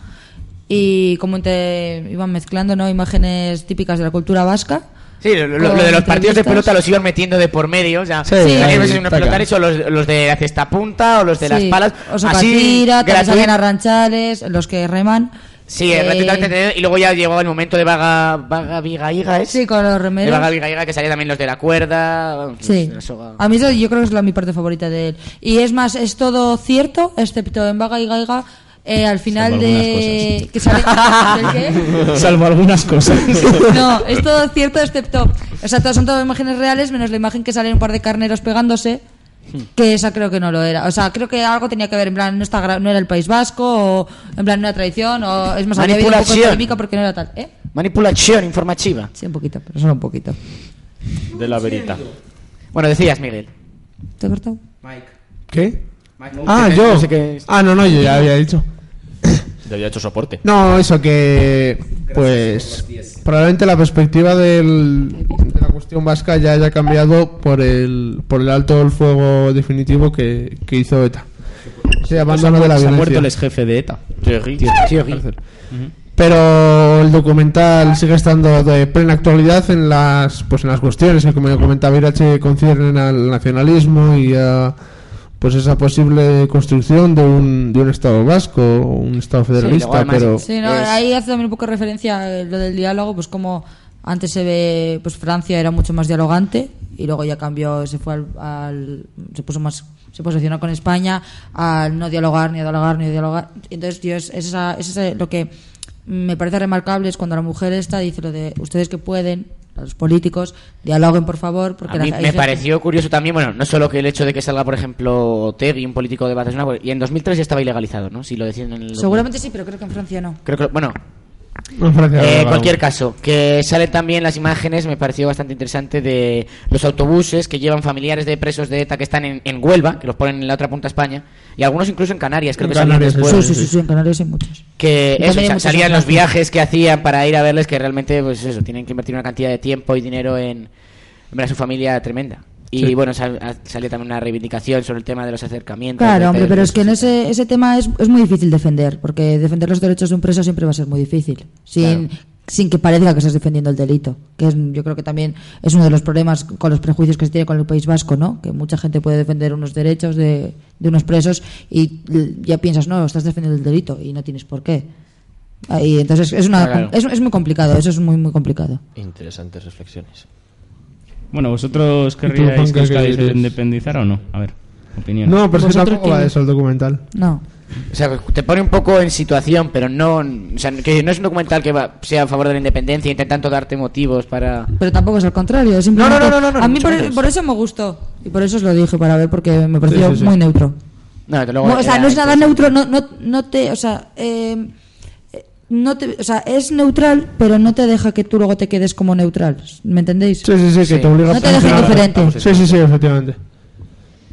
Y como te iban mezclando ¿no? imágenes típicas de la cultura vasca. Sí, lo, lo- lo de los Con partidos de entrevistas. pelota los iban metiendo de por medio. O sea, Sí, varias ahí, veces en una taca. pelota son los, los de la cesta punta o los de las Sí, palas. Oso así, Catira, también gratuito. salían arranchales, los que reman. Sí, Eh, gratuitamente te- y luego ya llegó el momento de Vaga, Vaga Viga Higa, ¿eh? Sí, con los De remeros. Vaga Viga Higa, que salían también los de la cuerda. vamos, Sí. de la soga. A mí eso yo creo que es la, mi parte favorita de él. Y es más, es todo cierto, excepto en Vaga y Gaiga, eh, al final Salvo de... Que sale, ¿Del qué? Salvo algunas cosas. No, es todo cierto, excepto... O sea, todas son todas imágenes reales, menos la imagen que sale un par de carneros pegándose, que esa creo que no lo era. O sea, creo que algo tenía que ver, en plan, no, está, gra- no era el País Vasco, o en plan, no era traición, o es más, había habido un poco de Manipulación. polémica porque no era tal. ¿Eh? Manipulación informativa. Sí, un poquito, pero solo un poquito. De la verita. Bueno, decías, Miguel. ¿Te he cortado? ¿Qué? Mike. Ah, No yo. sé qué- Ah, no, no, yo ya había dicho. Le había hecho soporte. No, eso que. Pues. Probablemente la perspectiva del, de la cuestión vasca ya haya cambiado por el, por el alto el fuego definitivo que, que hizo ETA. Se abandono de Se ha la violencia. muerto el ex jefe de ETA. Thierry. Pero el documental sigue estando de plena actualidad en las pues en las cuestiones que como comentaba Irache conciernen al nacionalismo y a pues esa posible construcción de un, de un Estado vasco, un Estado federalista, pero... Sí, no, ahí hace también un poco referencia eh, lo del diálogo, pues como antes se ve, pues Francia era mucho más dialogante y luego ya cambió, se fue al, al- se puso más, se posicionó con España al no dialogar, ni a dialogar, ni a dialogar. Entonces, tío, es, es esa- es esa- lo que me parece remarcable es cuando la mujer esta dice lo de ustedes que pueden, a los políticos, dialoguen por favor, porque A la- mí hay me gente- pareció curioso también, bueno, no solo que el hecho de que salga, por ejemplo, Tegui, un político de Barcelona, porque- y en 2003 ya estaba ilegalizado, ¿no? Si lo decían en el... Seguramente sí, pero creo que en Francia no. Creo que, bueno, En Francia, Eh, vamos. cualquier caso, que salen también las imágenes, me pareció bastante interesante, de los autobuses que llevan familiares de presos de ETA que están en, en Huelva, que los ponen en la otra punta de España, y algunos incluso en Canarias, creo En que salían Canarias, después. sí, sí, sí, sí, en Canarias hay muchos. Que Y eso, también hay sa- muchos salían en los Francia. viajes que hacían para ir a verles, que realmente, pues eso, tienen que invertir una cantidad de tiempo y dinero en en ver a su familia tremenda. Y Sí. bueno, sal- a- salió también una reivindicación sobre el tema de los acercamientos. Claro, de hombre, pero pedos. es que en ese, ese tema es, es muy difícil defender, porque defender los derechos de un preso siempre va a ser muy difícil, sin, sin que parezca que estás defendiendo el delito, que es, yo creo que también es uno de los problemas con los prejuicios que se tiene con el País Vasco, ¿no? Que mucha gente puede defender unos derechos de, de unos presos y l- ya piensas, no, estás defendiendo el delito y no tienes por qué. Ah, Y entonces es, una, Claro. es, es muy complicado, eso es muy, muy complicado. Interesantes reflexiones. Bueno, ¿vosotros tú, querríais que Juanca, qué Euskadi se dirías? independizara o no? A ver, opinión. No, pero es que tampoco va de eso el documental. No. O sea, te pone un poco en situación, pero no. O sea, que no es un documental que va, sea a favor de la independencia intentando darte motivos para. Pero tampoco es al contrario. es No, no, no, no, simplemente- no, no, a mí mucho por, e, menos. por eso me gustó y por eso os lo dije para ver porque me pareció sí, sí. muy neutro. No, desde luego No, o sea, eh, era- no es nada neutro, no, no, no te, o sea, eh, eh, no te, o sea, es neutral, pero no te deja que tú luego te quedes como neutral, ¿me entendéis? Sí, sí, sí, que te obliga No te pensar- deja indiferente. Sí, sí, sí, efectivamente.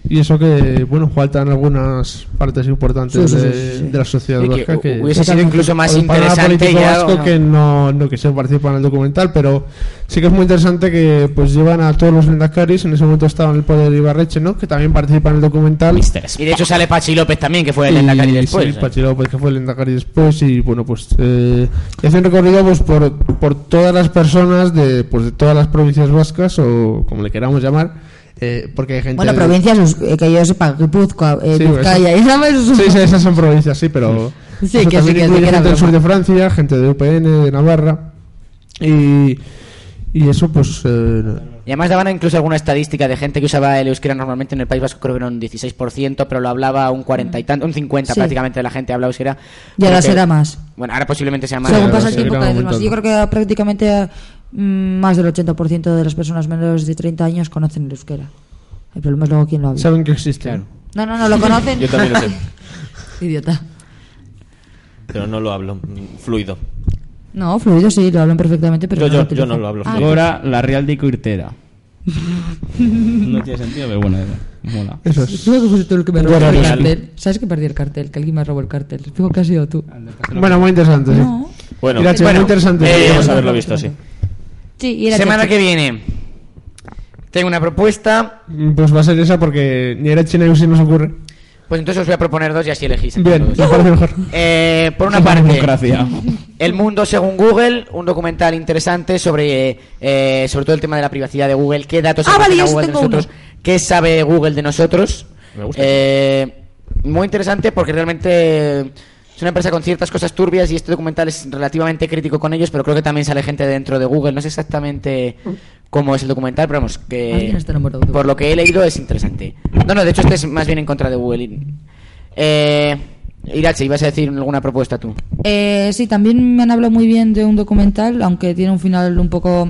Y eso que, bueno, faltan algunas partes importantes Sí, sí, de, sí, sí, sí. de la sociedad Y que vasca. Que, hubiese sido incluso más el panorama interesante político ya, vasco ¿no? que no, no que se participa en el documental, pero sí que es muy interesante que pues llevan a todos los lendacaris, en ese momento estaba en el poder Ibarreche, ¿no? Que también participan en el documental. Y de hecho sale Pachi López también, que fue el Y Endacari después. ¿eh? sí, o sea. Pachi López, que fue el Endacari después y bueno pues eh, y hace un recorrido pues por, por todas las personas de pues de todas las provincias vascas o como le queramos llamar eh, porque hay gente Bueno, de- provincias, os- eh, que yo sepa, Guipúzcoa, eh, Sí, Vizcaya, eso- ¿sabes? Eso es sí, un- sí, esas son provincias sí pero Sí, eso que sí, también que sí, incluye que era gente del broma. sur de Francia gente de UPN de Navarra y y eso pues eh, Y además daban incluso alguna estadística de gente que usaba el euskera normalmente en el País Vasco, creo que era un 16%, pero lo hablaba un 40 y tanto, un 50 Sí. prácticamente de la gente habla euskera. Y ahora Creo que- será más. Bueno, ahora posiblemente sea más. Según pasa el tiempo, cada vez más. Yo creo que prácticamente mm, más del 80% de las personas menores de 30 años conocen el euskera. El problema es luego quién lo habla. saben que existe No, no, no, lo conocen. Yo también lo sé. Idiota. Pero no lo hablo mm, fluido. No, fluido sí, lo hablan perfectamente, pero Yo- yo- no lo yo utilizan. no lo hablo Ah. Ahora, la Real de Coirtera. No tiene sentido, pero bueno, mola. Eso Fijo que fuiste tú el que me Yo robó era el real. cartel. ¿Sabes que perdí el cartel? Que alguien me robó el cartel. Fijo que has sido tú. bueno muy interesante sí. No. Eh, Bueno, Irache, bueno, muy interesante eh, Deberíamos haberlo visto así. Sí, y era Semana chachi. que viene. Tengo una propuesta, Mm, pues va a ser esa porque ni era china ni se nos ocurre pues entonces os voy a proponer dos y así elegís. entre bien todos. me parece mejor Eh, por una Es parte, democracia. El mundo según Google, un documental interesante sobre eh, sobre todo el tema de la privacidad de Google, qué datos Ah, almacena vale, ya sé, Google de tengo nosotros, qué sabe Google de nosotros. Me gusta. Eh, muy interesante porque realmente es una empresa con ciertas cosas turbias y este documental es relativamente crítico con ellos, pero creo que también sale gente dentro de Google. No sé exactamente Mm. cómo es el documental, pero vamos, que Alguien está enamorado de por lo que he leído es interesante. No, no, de hecho este es más bien en contra de Google. Y- Eh, Irache, ibas a decir alguna propuesta tú. Eh, sí, también me han hablado muy bien de un documental, aunque tiene un final un poco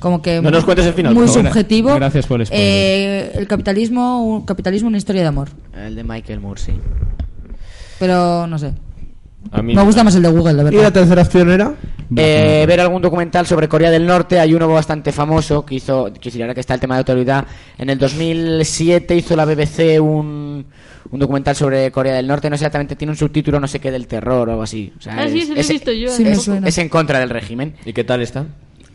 como que No nos cuentes el final, muy por favor. subjetivo. Gracias por el spoiler. Eh, el capitalismo, un, capitalismo, una historia de amor. El de Michael Moore, sí. Pero no sé. A mí Me gusta más el de Google, la y la verdad. tercera opción era Eh, ver algún documental sobre Corea del Norte. Hay uno bastante famoso que hizo, que si ahora que está el tema de autoridad, en el 2007 hizo la BBC un, un documental sobre Corea del Norte. No exactamente, tiene un subtítulo, no sé qué, del terror o algo así. O sea, Ah, sí, ese lo he visto yo hace es- poco. es en contra del régimen. ¿Y qué tal está?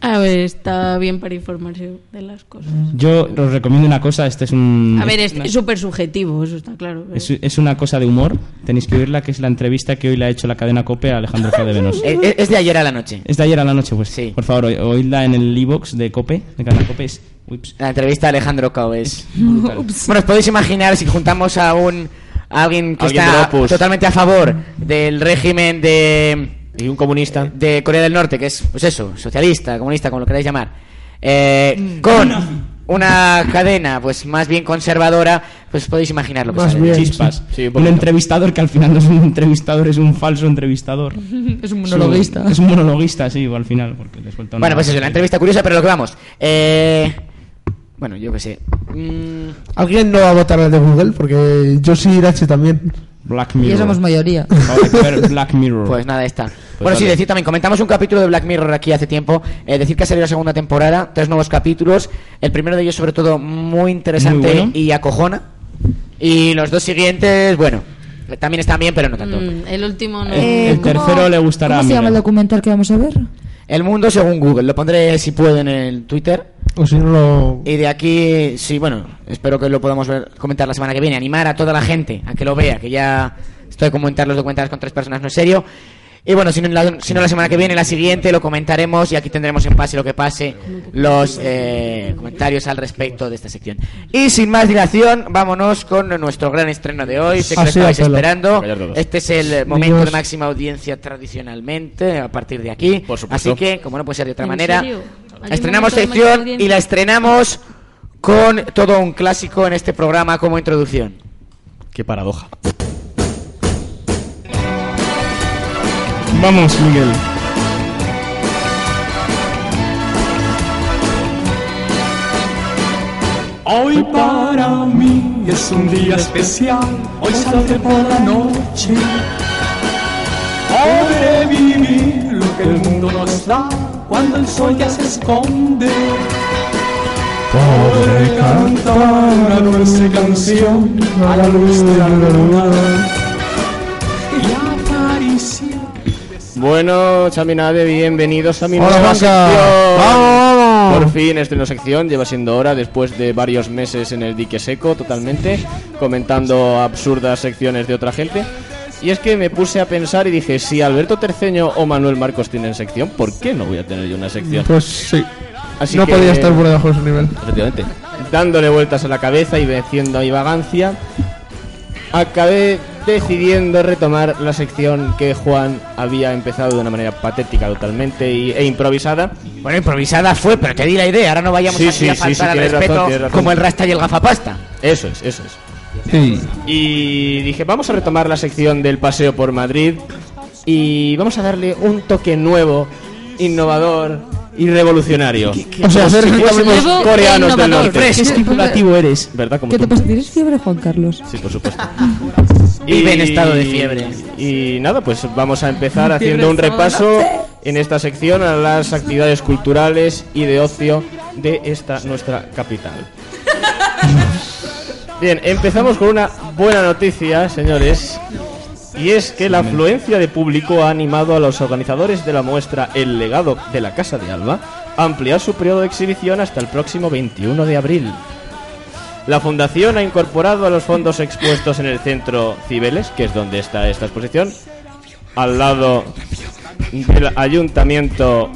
A ver, está bien para informarse de las cosas. Yo os recomiendo una cosa, este es un... A ver, es es súper subjetivo, eso está claro. Es, es una cosa de humor, tenéis que oírla, que es la entrevista que hoy le ha hecho la cadena COPE a Alejandro Fadevenos. Eh, eh, Es de ayer a la noche. Es de ayer a la noche, pues. Sí. Por favor, o- oídla en el e-box de COPE, de cadena COPE. Es... Ups. La entrevista a Alejandro Cobes. Bueno, os podéis imaginar si juntamos a un a alguien que Alguien del está Opus. totalmente a favor del régimen de y un comunista Eh, de Corea del Norte, que es pues eso, socialista, comunista, como lo queráis llamar, Mm. eh, con una cadena pues más bien conservadora, pues podéis imaginar lo que Más sale. bien, Chispas. sí. un, entrevistador que al final no es un entrevistador, es un falso entrevistador. Es un Es un- Es un monologuista, sí, al final, porque le suelta una- Bueno, pues eso, la entrevista curiosa, pero lo que vamos. Eh, bueno, yo qué sé. Mm, ¿Alguien no va a votar al de Google? Porque yo sí, Irache también. Black Y ya somos mayoría. Black Mirror. Pues nada, está. bueno, Mm. sí, vale. decir también, comentamos un capítulo de Black Mirror aquí hace tiempo. eh, decir que ha salido la segunda temporada, tres nuevos capítulos. El primero de ellos, sobre todo, muy interesante Muy bueno. y acojona. Y los dos siguientes, bueno, también están bien, pero no tanto. Mm, el último no. gustará Eh, ¿Cómo se llama el documental que vamos a ver? El mundo según Google. Lo pondré si puedo en el Twitter. O si no lo... Y de aquí, sí, bueno, espero que lo podamos ver- comentar la semana que viene. Animar a toda la gente a que lo vea, que ya estoy comentar los documentales con tres personas, no es serio. Y bueno, si no, la, si no la semana que viene, la siguiente lo comentaremos y aquí tendremos en pase lo que pase los eh, comentarios al respecto de esta sección. Y sin más dilación, vámonos con nuestro gran estreno de hoy. Sé que lo Así a estabais pelo. esperando. Callar todos. Este es el momento de Niños. máxima audiencia tradicionalmente a partir de aquí. Así que, como no puede ser de otra ¿En manera, serio? ¿Hay estrenamos un momento de máxima sección audiencia? y la estrenamos con todo un clásico en este programa como introducción. Qué paradoja. Vamos, Miguel. Hoy para mí es un día especial, hoy saldré por la noche. Podré vivir lo que el mundo nos da cuando el sol ya se esconde. Podré cantar una dulce canción a la luz de la luna y acariciar. Bueno, Chaminade, bienvenidos a mi Hola, nueva Juanca. sección. ¡Vamos! Por fin estoy en la sección, lleva siendo hora después de varios meses en el dique seco totalmente, comentando absurdas secciones de otra gente. Y es que me puse a pensar y dije, si Alberto Terceño o Manuel Marcos tienen sección, ¿por qué no voy a tener yo una sección? Pues sí. Así no que- podía estar por debajo de su nivel. Efectivamente. Dándole vueltas a la cabeza y venciendo a mi vagancia, acabé decidiendo retomar la sección que Juan había empezado de una manera patética totalmente y- e improvisada. Bueno, improvisada fue, pero te di la idea. Ahora no vayamos Sí, aquí sí, a sí, faltar sí, al tienes razón, respeto tienes razón. como el rasta y el gafapasta. Eso es, eso es. Y dije, vamos a retomar la sección del paseo por Madrid y vamos a darle un toque nuevo, innovador y revolucionario. O sea, Como hacer si el fuésemos nuevo e coreanos del innovador. norte. Qué especulativo eres. ¿Verdad? Como ¿Qué te tú. pasa? ¿Tienes fiebre, Juan Carlos? Sí, por supuesto. Vive en estado de fiebre. Y nada, pues vamos a empezar Fiebre haciendo un sola. repaso en esta sección a las actividades culturales y de ocio de esta nuestra capital. Bien, empezamos con una buena noticia, señores. Y es que la afluencia de público ha animado a los organizadores de la muestra El legado de la Casa de Alba a ampliar su periodo de exhibición hasta el próximo 21 de abril. La fundación ha incorporado a los fondos expuestos en el centro Cibeles, que es donde está esta exposición, al lado del Ayuntamiento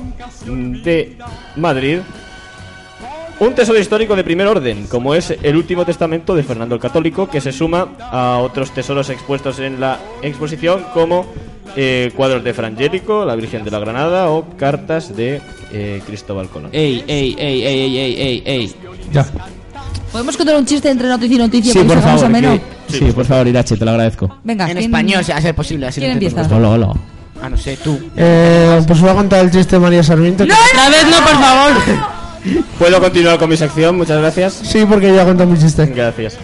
de Madrid, un tesoro histórico de primer orden, como es el último testamento de Fernando el Católico, que se suma a otros tesoros expuestos en la exposición, como eh, cuadros de Frangélico, la Virgen de la Granada o cartas de eh, Cristóbal Colón. Ey, ey, ey, ey, ey, ey, ey, ey. ¿Podemos contar un chiste entre noticia y noticia? Sí, Porque por se vamos favor. ameno. que- Sí, por favor, Irache, te lo agradezco. Venga, en ¿quién- español, a ser posible. Así ¿Quién intento empieza? buscar. Hola, hola. Ah, no sé, tú. Eh, pues voy a contar el chiste de María Sarmiento. que- ¡Otra vez no, por favor! ¿Puedo continuar con mi sección? Muchas gracias. Sí, porque ya he contado mi chiste. Gracias.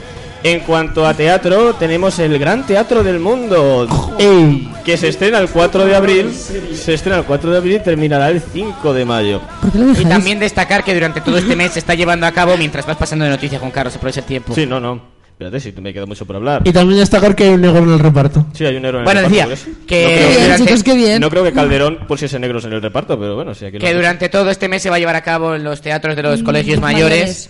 En cuanto a teatro, tenemos el Gran Teatro del Mundo, que se estrena el 4 de abril, se estrena el 4 de abril y terminará el 5 de mayo. Y también destacar que durante todo este mes se está llevando a cabo, mientras vas pasando de noticias, Juan Carlos, aprovecha el tiempo. Sí, no, no. Espérate, si me queda mucho por hablar. Y también destacar que hay un negro en el reparto. Sí, hay un negro en Bueno, el decía reparto. por eso. que- No creo- Qué bien, durante- chicos, qué bien. No creo que Calderón pusiese negros en el reparto, pero bueno, sí, aquí lo- que durante todo este mes se va a llevar a cabo en los teatros de los Mm, colegios mayores.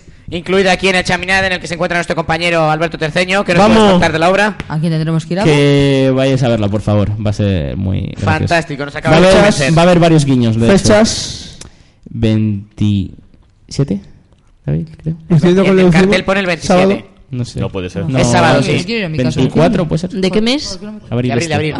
mayores, incluida aquí en el Chaminada, en el que se encuentra nuestro compañero Alberto Terceño, que nos Vamos. va a contar de la obra. ¿A quién tendremos que ir a? Que vayáis a verla, por favor. Va a ser muy. gracioso. Fantástico, nos acaba va a de haber- convencer. Va a haber varios guiños. De hecho. Fechas. 27. David, creo. Entiendo que En lo el decimos cartel pone el 27. sábado. No sé. No puede ser. Es sábado, sí. Yo quiero ir a mi casa. 24, puede ser. ¿De qué mes? Abril, De abril, de este. abril.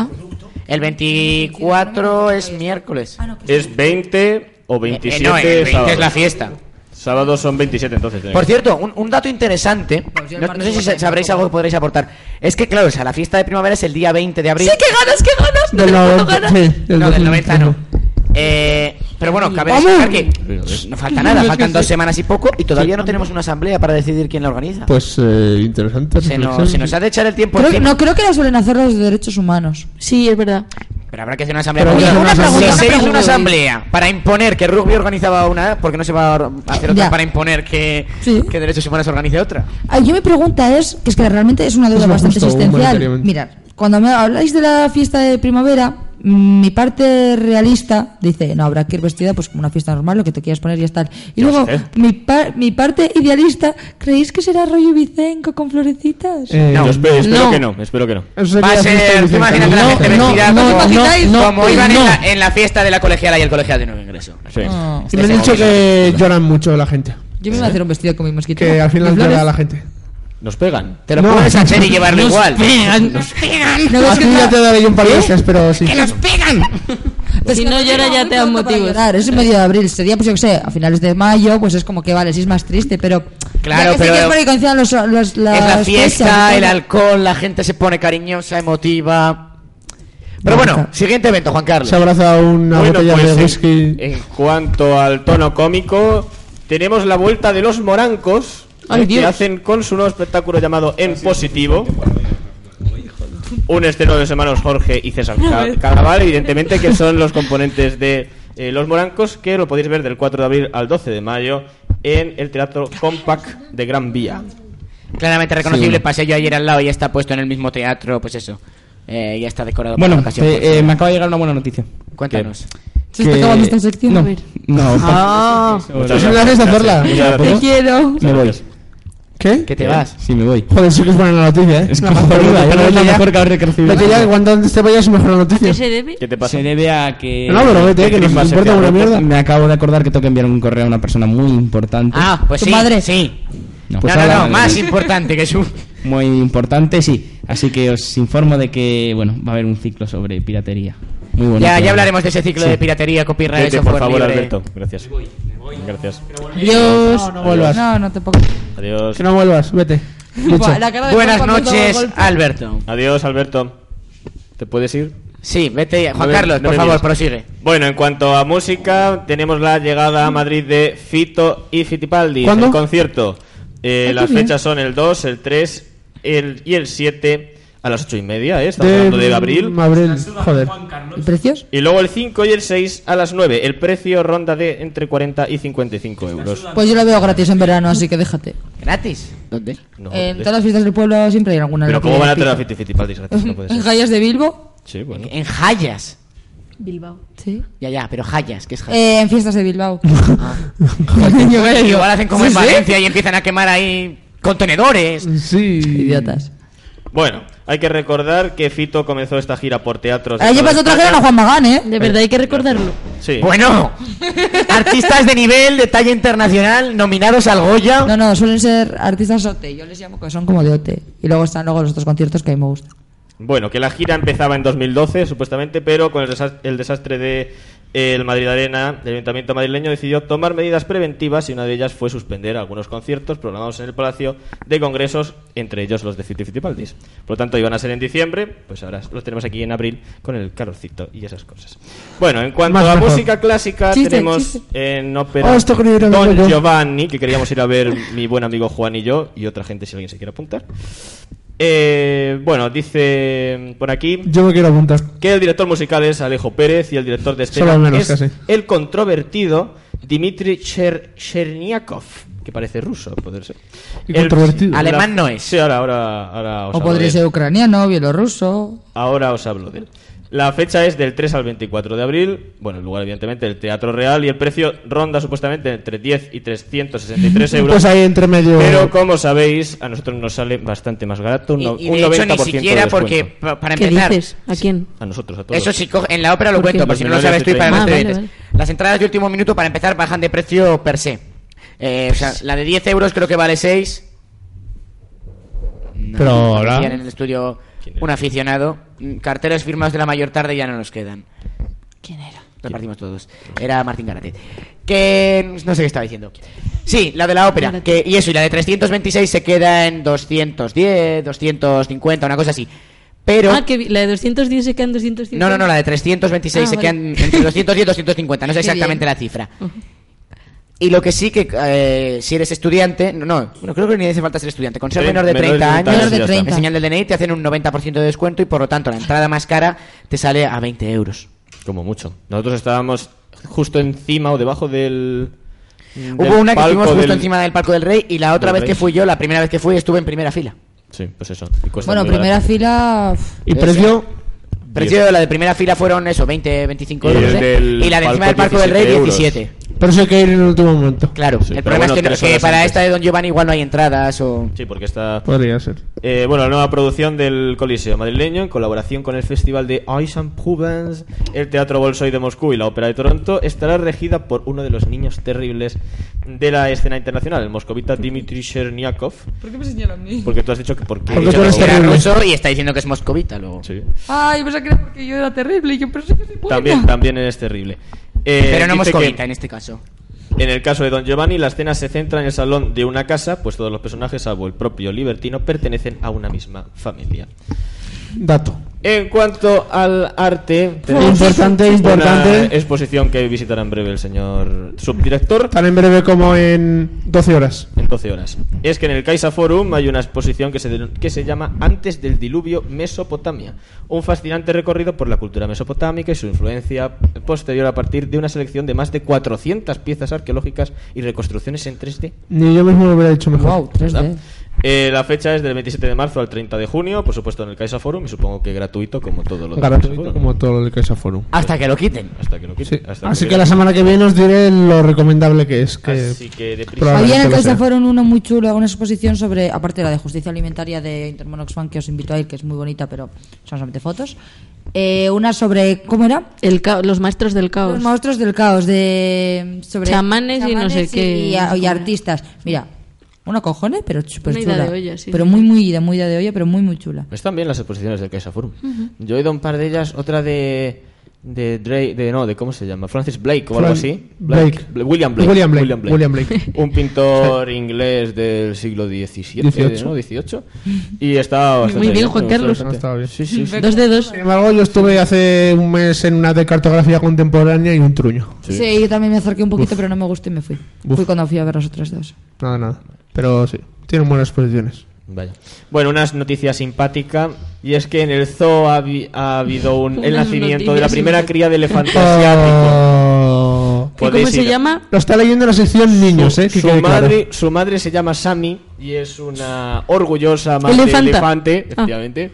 El 24 es miércoles. Es 20 o Eh, 27 no, el 20 sábados. es la fiesta. Sábados son 27 entonces. eh. tiene Por que- cierto, un, un dato interesante, yo no, el no martes sé si voy sa- a sabréis algo que podréis aportar, es que claro, o sea, la fiesta de primavera es el día 20 de abril. Sí, qué ganas, qué ganas. No Del tengo tanto 90, ganas. sí, del No, del 90 2005. no. Eh, pero bueno, cabe destacar que pss, no falta nada, faltan dos semanas y poco y todavía no tenemos una asamblea para decidir quién la organiza. Pues eh, interesante. Se nos, reflexión. se nos ha de echar el tiempo Creo- encima. no, creo que la suelen hacer los de derechos humanos. Sí, es verdad. Pero habrá que hacer una asamblea. Pero Oye, una si se pregunta, una hizo pregunta. una asamblea para imponer que rugby organizaba una, ¿por qué no se va a hacer otra Ya. para imponer que, Sí. que derechos humanos organice otra? Ah, Yo mi pregunta es, que es que realmente es una duda Es lo bastante justo, existencial. humanitariamente. Mirad, cuando me habláis de la fiesta de primavera, mm, mi parte realista dice, no, habrá que ir vestida pues como una fiesta normal, lo que te quieras poner y ya está. Y Ya luego, sé. mi, par- mi parte idealista, ¿creéis que será rollo Vicenco con florecitas? Eh, Yo espe- espero No. que no, espero que no. eso sería Va a justo ser, tú Vicente. imagínate la gente No, no, vestida no, como, imagináis, como no, iban en no. la, en la fiesta de la colegiala y el colegial de nuevo ingreso. Sí. Ah. Y me han dicho que lloran mucho la gente. Yo me voy a hacer un vestido con mi mosquito. Que al final ¿De flores? llora la gente. Nos pegan. Te lo No. puedes hacer y llevarlo igual. ¿No A ves ti que ya está- te daré yo un par de hostias, pero sí. Es Si Pues que no llora, ya muy te dan pronto para motivos. llorar, Es en medio de abril. Sería, pues yo que sé, a finales de mayo, pues es como que vale, sí es más triste, pero. Claro, Ya que sé pero- que es porque coincidan los, los- es las la fechas y fiesta, todo. el alcohol, la gente se pone cariñosa, emotiva. Pero bueno, siguiente evento, Juan Carlos. Se abraza una Bueno, botella pues, eh, de en- whisky. En, cuanto al tono cómico, tenemos la vuelta de los morancos Ay, eh, que Dios. hacen con su nuevo espectáculo llamado En Positivo. Un estreno de los hermanos Jorge y César Ca- Caraval, evidentemente, que son los componentes de eh, Los Morancos, que lo podéis ver del 4 de abril al 12 de mayo en el Teatro Compact de Gran Vía. Claramente reconocible, Sí, bueno. pasé yo ayer al lado y ya está puesto en el mismo teatro, pues eso. Eh, ya está decorado para Bueno, la ocasión. te- pues, eh, eh, me acaba de llegar una buena noticia. Cuéntanos. Se está Que- acabando esta sección. No, A ver. no, Ah, Pues si me haces hacerla. Muchas Te gracias. quiero. me voy. ¿Qué? que te vas. Sí, me voy. Joder, sí que es buena noticia, ¿eh? Es No, cojonuda, cojonuda, yo yo creo que es la ya- mejor que habré Vete ya, que crecido. cuanto antes te vayas, mejor la ¿Qué noticia. Este se debe? ¿Qué te pasa? Se debe a que. No, eh. pero vete, Este que nos Clima se importa te una agota. mierda. Me acabo de acordar que tengo que enviar un correo a una persona muy importante. Ah, pues ¿Tu sí. madre? Sí. No, no, no, no, ahora- más importante que su. Muy importante, sí. Así que os informo de que, bueno, va a haber un ciclo sobre piratería. Muy bueno. Ya, ya hablaremos de ese ciclo Sí. de piratería, copyright, Vete, por software favor, libre. Alberto. Gracias. Gracias. Adiós. No, no vuelvas. No, no te pongo. Adiós. Que no vuelvas, vete. Mucho. Buah, la cara de Buenas Juan cuando daba noches, golpe. Alberto. Adiós, Alberto. ¿Te puedes ir? Sí, vete. ya. Juan No me- Carlos, no por me favor, mires. prosigue. Bueno, en cuanto a música, tenemos la llegada a Madrid de Fito y Fitipaldi. ¿Cuándo? El concierto. Eh, Ay, las qué bien. fechas son el 2, el 3 el, y el 7 a las 8 y media, ¿eh? Estamos hablando de De abril. Abril, joder. ¿Precios? Y luego el 5 y el 6 a las 9. El precio ronda de entre 40 y 55 euros. Pues yo la veo gratis en verano, así que déjate. ¿Gratis? ¿Dónde? No, en Eh, de- todas las fiestas del pueblo siempre hay alguna. Pero que ¿cómo van a pica. tener a Fito y Fitipaldi gratis? No puede En ser. Jayas de Bilbo. Sí, bueno. En Hayas. Bilbao. Sí. Ya, ya, pero Hayas, ¿qué es Hayas? Eh, en fiestas de Bilbao. Yo creo que- Igual hacen como Sí, en sí. Valencia y empiezan a quemar ahí contenedores. Sí. Idiotas. Bueno, hay que recordar que Fito comenzó esta gira por teatros. Ah, de Ahí toda pasó otra España. gran a Juan Magán, ¿eh? De verdad hay que recordarlo. Sí. Bueno, artistas de nivel, de talla internacional, nominados al Goya. No, no, suelen ser artistas OT. Yo les llamo que son como de OT. Y luego están luego los otros conciertos que a mí me gustan. Bueno, que la gira empezaba en 2012, supuestamente, pero con el, desas- el desastre de eh, el Madrid Arena, el Ayuntamiento madrileño decidió tomar medidas preventivas y una de ellas fue suspender algunos conciertos programados en el Palacio de Congresos, entre ellos los de Fiti Fitipaldis. Por lo tanto, iban a ser en diciembre, pues ahora los tenemos aquí en abril con el calorcito y esas cosas. Bueno, en cuanto Más a mejor. música clásica, Chiste, tenemos chiste. en ópera Oh, esto quería ir a verlo Don yo. Giovanni, que queríamos ir a ver mi buen amigo Juan y yo, y otra gente si alguien se quiere apuntar. Eh, bueno, dice por aquí Yo me quiero apuntar. que el director musical es Alejo Pérez y el director de escena Solo menos, es casi. el controvertido Dmitry Cher- Cherniakov, que parece ruso, puede ser. Y controvertido. la- Alemán no es. Sí, ahora, ahora, ahora os hablo O de podría él. ser ucraniano, bielorruso. Ahora os hablo de él. La fecha es del 3 al 24 de abril. Bueno, el lugar, evidentemente, el Teatro Real. Y el precio ronda supuestamente entre 10 y 363 euros. Pues ahí entre medio- Pero como sabéis, a nosotros nos sale bastante más barato. Y- no- y un de hecho 90% ni siquiera de porque, descuento. pa- para empezar... ¿A quién? A nosotros, a todos. Eso sí, co- en la ópera lo ¿Por qué? cuento, pero si no lo Menores sabes de tú y para 30. los Ah, televidentes. vale, Las entradas de último minuto, para empezar, bajan de precio per se. Eh, o sea, la de 10 euros creo que vale 6. Pero ahora- En el estudio un aficionado. Mm, Carteles firmados de la mayor tarde ya no nos quedan. ¿Quién era? Repartimos todos. Era Martín Garate. Que no sé qué estaba diciendo. Sí, la de la ópera. Que, y eso, y la de 326 se queda en 210, 250, una cosa así. Pero... Ah, que vi- la de 210 se queda en 210. No, no, no, la de 326 Ah, se vale. quedan entre 210 y 250, no sé Qué exactamente bien. la cifra. Y lo que sí que, eh, si eres estudiante, no, no, bueno, creo que ni hace falta ser estudiante, con ser Tre- menor de menor de 30 30 años, años, Menor de ya está. enseñando el DNI, te hacen un 90% de descuento y por lo tanto la entrada más cara te sale a 20 euros. Como mucho. Nosotros estábamos justo encima o debajo del. Hubo una que estuvimos justo encima del Palco del Rey y la otra del vez que Rey. fui yo, la primera vez que fui, estuve en primera fila. Sí, pues eso. y cuesta Bueno, muy primera barato. fila. ¿Y precio? Precio de la de primera fila fueron eso, 20, 25 Y el euros. ¿eh? del y la de encima del palco, Palco del Rey, 17 euros. 17. Pero eso hay que ir en el último momento. Claro, el pero problema bueno, es tres que, que horas para antes. esta de Don Giovanni igual no hay entradas o... Sí, porque está. Podría ser. Eh, bueno, la nueva producción del Coliseo madrileño en colaboración con el Festival de Aix en Provence, el Teatro Bolshoi de Moscú y la Ópera de Toronto estará regida por uno de los niños terribles de la escena internacional, el moscovita Dmitry Cherniakov. ¿Por qué me señalan a mí? Pues- Porque tú has dicho que porque, Porque tú eres que era ruso y está diciendo que es moscovita luego. Ay, pensaba que era porque yo era terrible. y Yo pensé que soy buena. También, también es terrible. Eh, Pero no dice que- moscovita en este caso. En el caso de Don Giovanni, la escena se centra en el salón de una casa, pues todos los personajes, salvo el propio libertino, pertenecen a una misma familia. Dato. En cuanto al arte, tenemos Importante, una importante. exposición que visitará en breve el señor subdirector Tan en breve como en 12 horas. en 12 horas. Es que en el Caixa Forum hay una exposición que se, denu- que se llama Antes del diluvio Mesopotamia, un fascinante recorrido por la cultura mesopotámica y su influencia posterior a partir de una selección de más de 400 piezas arqueológicas y reconstrucciones en 3D. Ni yo mismo lo hubiera dicho mejor. Wow, 3D. Eh, la fecha es del 27 de marzo al 30 de junio, por supuesto en el Caixa Forum y supongo que gratuito como todo lo demás. Gratuito como todo el Caixa Forum. Hasta que lo quiten. Hasta que lo quiten. hasta Así lo que la semana que viene os diré lo recomendable que es. Que Así que deprisa. Había en probablemente lo el sea. Caixa Fueron uno muy chulo, una exposición sobre, aparte de la de justicia alimentaria de Intermonox Fan, que os invito a ir, que es muy bonita, pero son solamente fotos. Eh, una sobre, ¿cómo era? El ca- los maestros del caos. Los monstruos del caos, de mm, sobre Chamanes y no sé y- qué. y, a- y ¿Cómo era? artistas. Mira, una cojones, pero súper Una ida chula. de olla, sí, pero sí. muy, muy ida, muy ida de olla, pero muy, muy chula. Están bien las exposiciones del Caixa Forum. Yo he ido a un par de ellas, otra de de Drake, de no, de cómo se llama, Francis Blake o Fran- algo así. Blake. Bla- William Blake. William Blake, William Blake. un pintor inglés del siglo XVII, Dieciocho. ¿no? XVIII. Y estaba bastante bien, Juan me gustó Carlos. bastante. Estaba bien. Sí, sí, sí. Dos dedos. Sin embargo, yo estuve hace un mes en una de cartografía contemporánea y un truño. Sí. yo también me acerqué un poquito, pero no me gustó y me fui. Fui cuando fui a ver las otras dos. Nada, nada. Pero sí, tienen buenas posiciones. Vaya. Bueno, una noticia simpática y es que en el zoo ha, habi- ha habido un, el Unas nacimiento de la noticias primera simpáticas. cría de elefante asiático. Oh. Pues ¿Cómo Podéis se ir a- llama? Lo está leyendo la sección niños, ¿eh? Que su quede claro. madre, su madre se llama Sami y es una orgullosa madre Elefanta. elefante, Ah. efectivamente.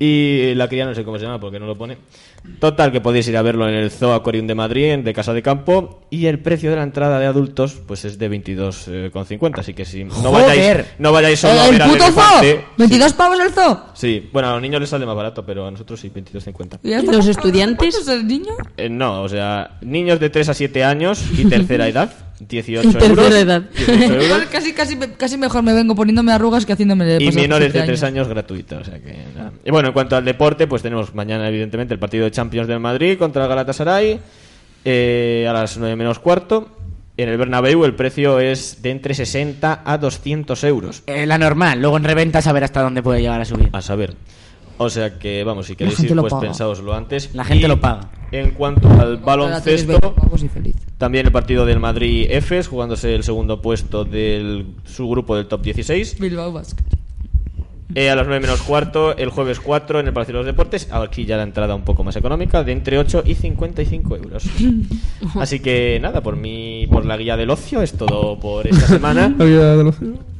Y la cría no sé cómo se llama porque no lo pone. Total, que podéis ir a verlo en el Zoo Aquarium de Madrid, en- de Casa de Campo. Y el precio de la entrada de adultos pues es de 22,50. Así que si no ¡Joder! vayáis, no vayáis solo a ¡El ver al puto zoo! elefante. ¡22 pavos el zoo! Sí, bueno, a los niños les sale más barato, pero a nosotros sí, 22,50. ¿Y ya está? Los estudiantes. ¿Cuánto es el niño? Eh, no, o sea, niños de 3 a 7 años y tercera edad, 18 Y tercera euros. edad. 18 euros. Casi, casi, casi mejor me vengo poniéndome arrugas que haciéndome Y pasar menores de 15 3 años. años gratuitos. O sea que, nada. Ah. y bueno, en cuanto al deporte, pues tenemos mañana, evidentemente, el partido de Champions del Madrid contra el Galatasaray eh, a las 9 menos cuarto. En el Bernabéu el precio es de entre 60 a 200 euros, Eh, la normal, luego en reventa a ver hasta dónde puede llegar a subir. a saber. O sea que, vamos, si queréis gente ir, lo pues paga. pensáoslo antes. La gente Y lo paga. En cuanto al Ahora tienes baloncesto, 20 pavos y feliz. también el partido del Madrid Efes, jugándose el segundo puesto del su grupo del top 16. Bilbao Basket. Eh, a las 9 menos cuarto, el jueves 4 en el Palacio de los Deportes. Aquí ya la entrada un poco más económica, de entre 8 y 55 euros. Así que nada, por mí, por la guía del ocio, es todo por esta semana.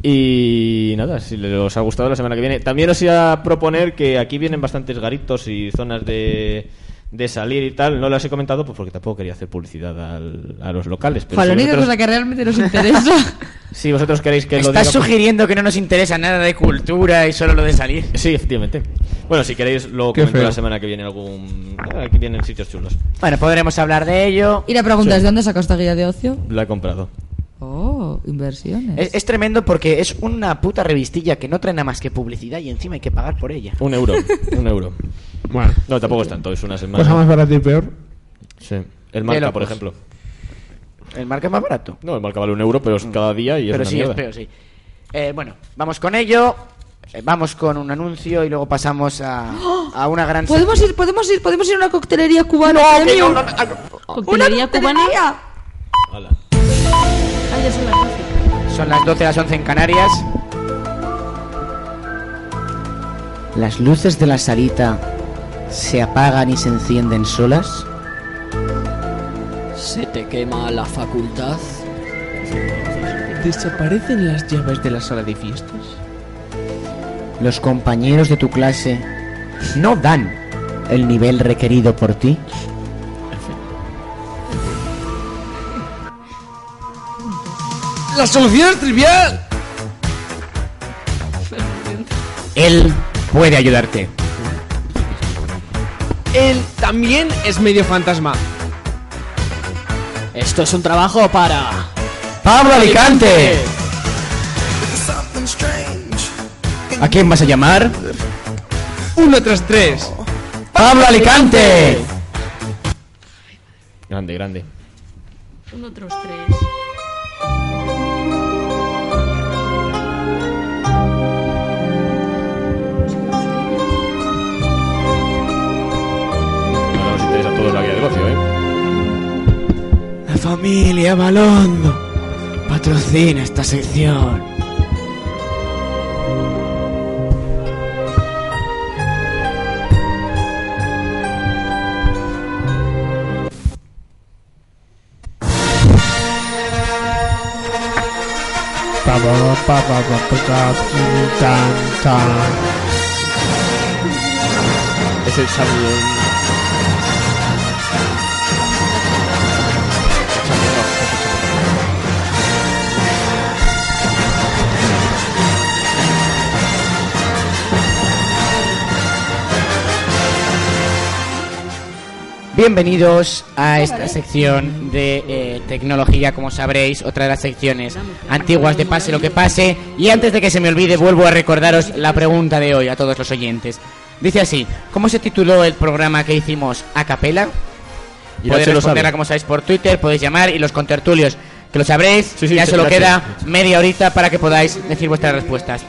Y nada, si les ha gustado la semana que viene. También os iba a proponer que aquí vienen bastantes garitos y zonas de, de salir y tal. No las he comentado pues porque tampoco quería hacer publicidad al- a los locales. Pero Ojo, si la única vosotros- cosa que realmente nos interesa. si vosotros queréis que lo diga... Estás pues- sugiriendo que no nos interesa nada de cultura y solo lo de salir. Sí, efectivamente. Bueno, si queréis lo Qué comento feo. la semana que viene algún... ah, Aquí vienen sitios chulos. Bueno, podremos hablar de ello. Y la pregunta es, ¿de dónde sacas esta guía de ocio? La he comprado. Oh, inversiones. Eh, Es, es tremendo porque es una puta revistilla que no trae nada más que publicidad y encima hay que pagar por ella. Un euro, un euro. Bueno. No, tampoco es tanto, es Pues una semana. Cosa más barata y peor. Sí. El De marca, locos. por ejemplo. El marca es más barato. No, el marca vale un euro, pero es cada día y es Pero una sí, mierda. es peor, sí. Eh, bueno, vamos con ello. Eh, Vamos con un anuncio y luego pasamos a, a una gran. Podemos ir, podemos ir, podemos ir a una coctelería cubana. premium. ¿Coctelería cubana? Ah, ya son las doce. Son las 12 las 11 en Canarias. Las luces de la salita se apagan y se encienden solas. ¿Se te quema la facultad? ¿Desaparecen las llaves de la sala de fiestas? Los compañeros de tu clase no dan el nivel requerido por ti. ¡La solución es trivial! Él puede ayudarte. Él también es medio fantasma. Esto es un trabajo para... ¡Pablo Alicante! ¿A quién vas a llamar? Uno tras tres. ¡Pablo Alicante! Grande, grande. Un otros tres. Ahora nos interesa a todos la guía de negocio, ¿eh? La familia Balondo patrocina esta sección. Pa, pa, pa, pa, pa, pa, pa, tan, tan. Es el Samuel. Bienvenidos a esta sección de eh, tecnología, como sabréis, otra de las secciones antiguas de Pase lo que pase. Y antes de que se me olvide, vuelvo a recordaros la pregunta de hoy a todos los oyentes. Dice así, ¿cómo se tituló el programa que hicimos a capela? Irache Podéis lo responderla, sabe. como sabéis, por Twitter, podéis llamar y los contertulios, que lo sabréis, sí, ya sí, solo Irache. queda media horita para que podáis decir vuestras respuestas.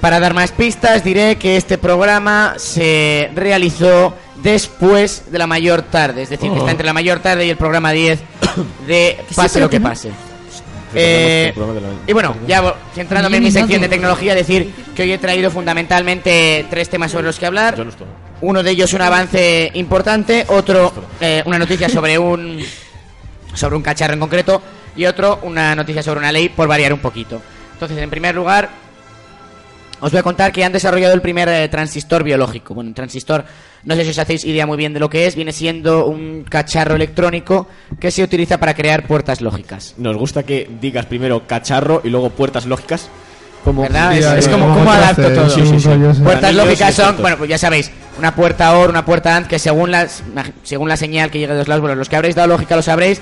Para dar más pistas, diré que este programa se realizó después de la mayor tarde, es decir, que Oh. está entre la mayor tarde y el programa 10 de Pase pero lo que que no. pase. Eh, El programa de la- y bueno, ya vo- centrándome en mi sección de tecnología, decir que hoy he traído fundamentalmente tres temas sobre los que hablar. Uno de ellos un avance importante, otro eh, una noticia sobre un sobre un cacharro en concreto y otro una noticia sobre una ley por variar un poquito. Entonces, en primer lugar, os voy a contar que han desarrollado el primer eh, transistor biológico. Bueno, un transistor, no sé si os hacéis idea muy bien de lo que es, viene siendo un cacharro electrónico que se utiliza para crear puertas lógicas. Nos gusta que digas primero cacharro y luego puertas lógicas. Como ¿Verdad? Es- es como, ¿cómo adapto todo? Puertas lógicas son, bueno, pues ya sabéis, una puerta OR, una puerta AND, que según, las, según la señal que llegue de los lados, bueno, los que habréis dado lógica lo sabréis.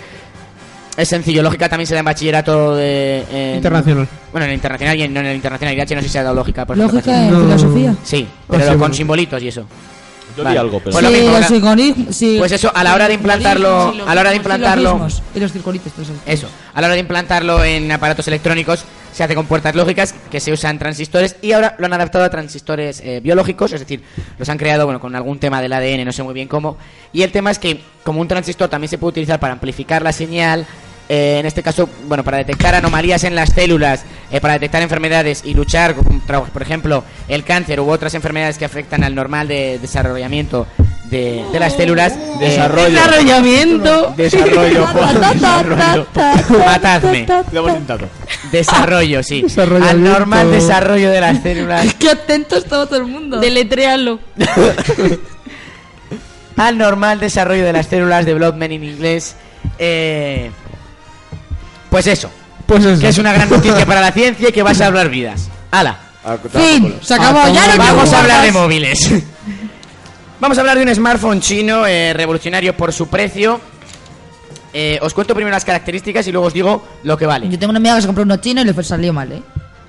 Es sencillo, lógica también se da en bachillerato de, en- Internacional. Bueno, en el internacional y en, no en el internacional. IH no sé si se ha dado lógica. Por ejemplo, Lógica también. en No. filosofía. Sí, Ah, pero sí, con bueno. simbolitos y eso. Yo di algo, pero- Pues lo Sí, mismo, los ¿verdad? silogismos- sí. Pues eso, a la hora de implantarlo, Silogismos, a la hora de implantarlo, Eh, silogismos. Y los circulitos, todos esos. eso, a la hora de implantarlo en aparatos electrónicos se hace con puertas lógicas que se usan transistores y ahora lo han adaptado a transistores eh, biológicos, es decir, los han creado bueno con algún tema del ADN, no sé muy bien cómo. Y el tema es que como un transistor también se puede utilizar para amplificar la señal eh, en este caso, bueno, para detectar anomalías en las células, eh, para detectar enfermedades y luchar contra, por ejemplo, el cáncer u otras enfermedades que afectan al normal de desarrollamiento de, de las células. eh, Desarrollo. Desarrollamiento. Desarrollo, Juan, desarrollo. Matadme. Lo hemos intentado. Desarrollo, sí. Al normal desarrollo de las células. Qué atento estaba todo el mundo. Deletréalo. Al normal desarrollo de las células de Bloodman en inglés. eh, pues eso. Pues eso. Que es una gran noticia para la ciencia y que va a salvar vidas. ¡Hala! Fin, se acabó, A ya no tomar- tengo Vamos a hablar más. de móviles. Vamos a hablar de un smartphone chino eh, revolucionario por su precio. Eh, os cuento primero las características y luego os digo lo que vale. Yo tengo una amiga que se compró uno chino y le fue- salió mal, ¿eh?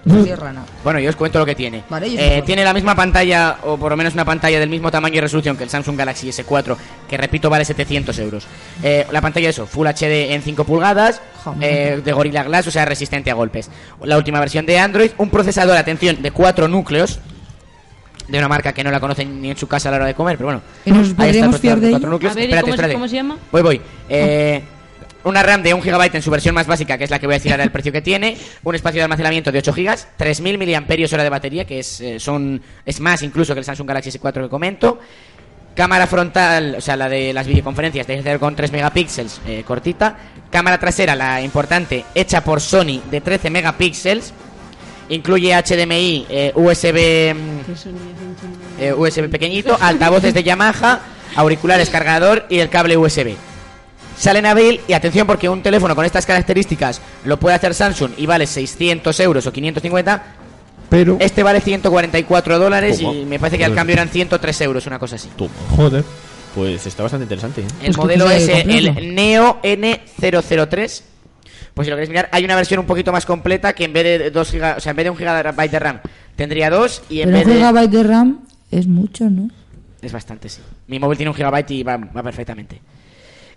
Soy rana. Bueno, yo os cuento lo que tiene. Vale, yo Eh, os cuento. tiene la misma pantalla, o por lo menos una pantalla del mismo tamaño y resolución que el Samsung Galaxy S4, que repito vale 700 euros. Eh, la pantalla eso, Full HD en 5 pulgadas, eh, de Gorilla Glass, o sea, resistente a golpes. La última versión de Android, un procesador, atención, de 4 núcleos, de una marca que no la conocen ni en su casa a la hora de comer, pero bueno. ¿Y nos Ahí está el podríamos procesador fiar de de ella? cuatro núcleos. A ver, ¿y Espérate, cómo se- espérate. cómo se llama? Voy, voy. Eh, una RAM de 1 GB en su versión más básica, que es la que voy a decir ahora el precio que tiene. Un espacio de almacenamiento de 8 GB. 3.000 mAh de batería, que es, eh, son, es más incluso que el Samsung Galaxy S4 que comento. Cámara frontal, o sea, la de las videoconferencias, de 0,3 megapíxeles, eh, cortita. Cámara trasera, la importante, hecha por Sony, de 13 megapíxeles. Incluye HDMI, eh, USB... mm, eh, USB pequeñito, altavoces de Yamaha, auriculares, cargador y el cable USB. Sale en abril y atención porque un teléfono con estas características lo puede hacer Samsung y vale 600 euros o 550. Pero. Este vale 144 dólares Toma. y me parece que al Joder. cambio eran 103 euros, una cosa así. Joder. Pues está bastante interesante. ¿eh? El modelo es eh, el Neo N003. Pues si lo queréis mirar, hay una versión un poquito más completa que en vez de 2 giga, o sea, en vez de 1 GB de RAM tendría 2 y en Pero un vez de gigabyte de RAM es mucho, ¿no? Es bastante, sí. Mi móvil tiene un gigabyte y va, va perfectamente.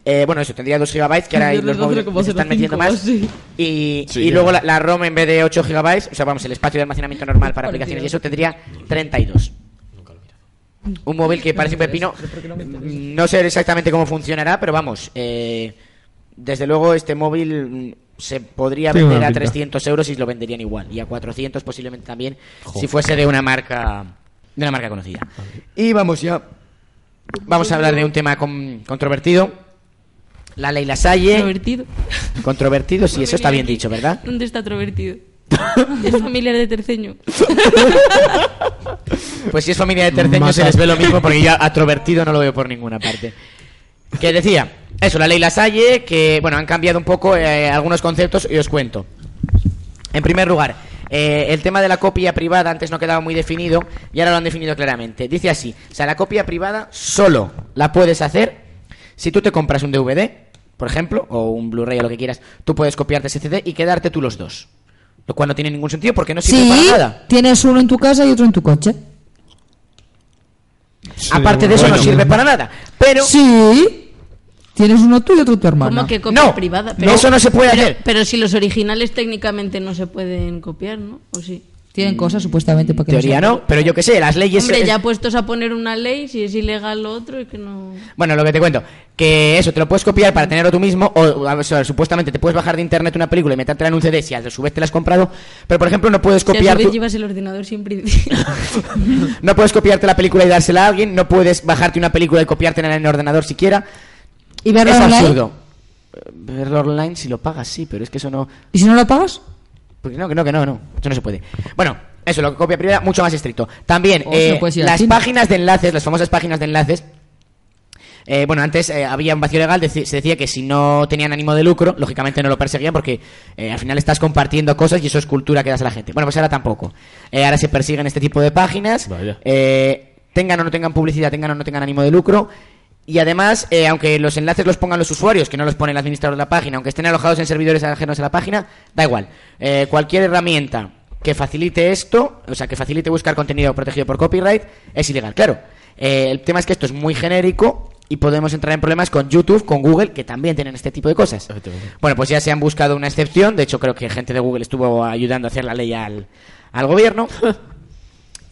Eh, bueno, eso, tendría 2 gigabytes, que ahora hay Yo los le doy móviles como que se están 0,5 metiendo más. Y, Sí, y ya. luego la, la ROM en vez de 8 gigabytes, o sea, vamos, el espacio de almacenamiento normal para aplicaciones y eso tendría 32. Un móvil que parece un pepino. No sé exactamente cómo funcionará, pero vamos, eh, desde luego este móvil mm, se podría Tiene vender buena a pinta. 300 euros y lo venderían igual. Y a 400 posiblemente también, si fuese de una marca de una marca conocida. Y vamos ya. Vamos a hablar de un tema con- controvertido. La ley Lasalle. Controvertido. Controvertido, sí, eso está bien dicho, ¿verdad? ¿Dónde está Trovertido? es familiar de Terceño. Pues si es familia de terceños Mata. se les ve lo mismo porque yo atrovertido no lo veo por ninguna parte. Que decía, eso, la ley Lasalle, que bueno, han cambiado un poco eh, algunos conceptos y os cuento. En primer lugar, eh, el tema de la copia privada antes no quedaba muy definido y ahora lo han definido claramente. Dice así, o sea, la copia privada solo la puedes hacer si tú te compras un DVD, por ejemplo, o un Blu-ray o lo que quieras, tú puedes copiarte ese CD y quedarte tú los dos. Lo cual no tiene ningún sentido porque no sirve Sí, para nada. tienes uno en tu casa y otro en tu coche. Aparte de eso no sirve para nada. Pero sí, tienes uno tú y otro tu hermano. ¿Cómo que copia No, privada? no, eso no se puede pero- hacer. Pero si los originales técnicamente no se pueden copiar, ¿no? ¿O sí? Tienen cosas supuestamente para que teoría no, no, pero yo qué sé, las leyes... Hombre, es- ya puestos a poner una ley, si es ilegal lo otro, es que no... Bueno, lo que te cuento, que eso te lo puedes copiar para tenerlo tú mismo, o, o, o sea, supuestamente te puedes bajar de internet una película y metértela en un CD si a su vez te la has comprado, pero por ejemplo no puedes Si a copiar su vez tu- llevas el ordenador siempre... principio. no puedes copiarte la película y dársela a alguien, no puedes bajarte una película y copiártela en el ordenador siquiera. ¿Y verlo es online? absurdo. Eh, Verlo online si lo pagas, sí, pero es que eso no ¿Y si no lo pagas? Porque no, que no, que no, no. Eso no se puede. Bueno, eso, lo que copia privada, mucho más estricto. También, O eh, se puede ir a las China. páginas de enlaces, las famosas páginas de enlaces. eh, bueno, antes eh, había un vacío legal, deci- se decía que si no tenían ánimo de lucro, lógicamente no lo perseguían porque eh, al final estás compartiendo cosas y eso es cultura que das a la gente. Bueno, pues ahora tampoco. Eh, ahora se persiguen este tipo de páginas. Eh, tengan o no tengan publicidad, tengan o no tengan ánimo de lucro. Y además, eh, aunque los enlaces los pongan los usuarios, que no los pone el administrador de la página, aunque estén alojados en servidores ajenos a la página, da igual. Eh, cualquier herramienta que facilite esto, o sea, que facilite buscar contenido protegido por copyright, es ilegal. Claro, eh, el tema es que esto es muy genérico y podemos entrar en problemas con YouTube, con Google, que también tienen este tipo de cosas. Bueno, pues ya se han buscado una excepción. De hecho, creo que gente de Google estuvo ayudando a hacer la ley al, al gobierno.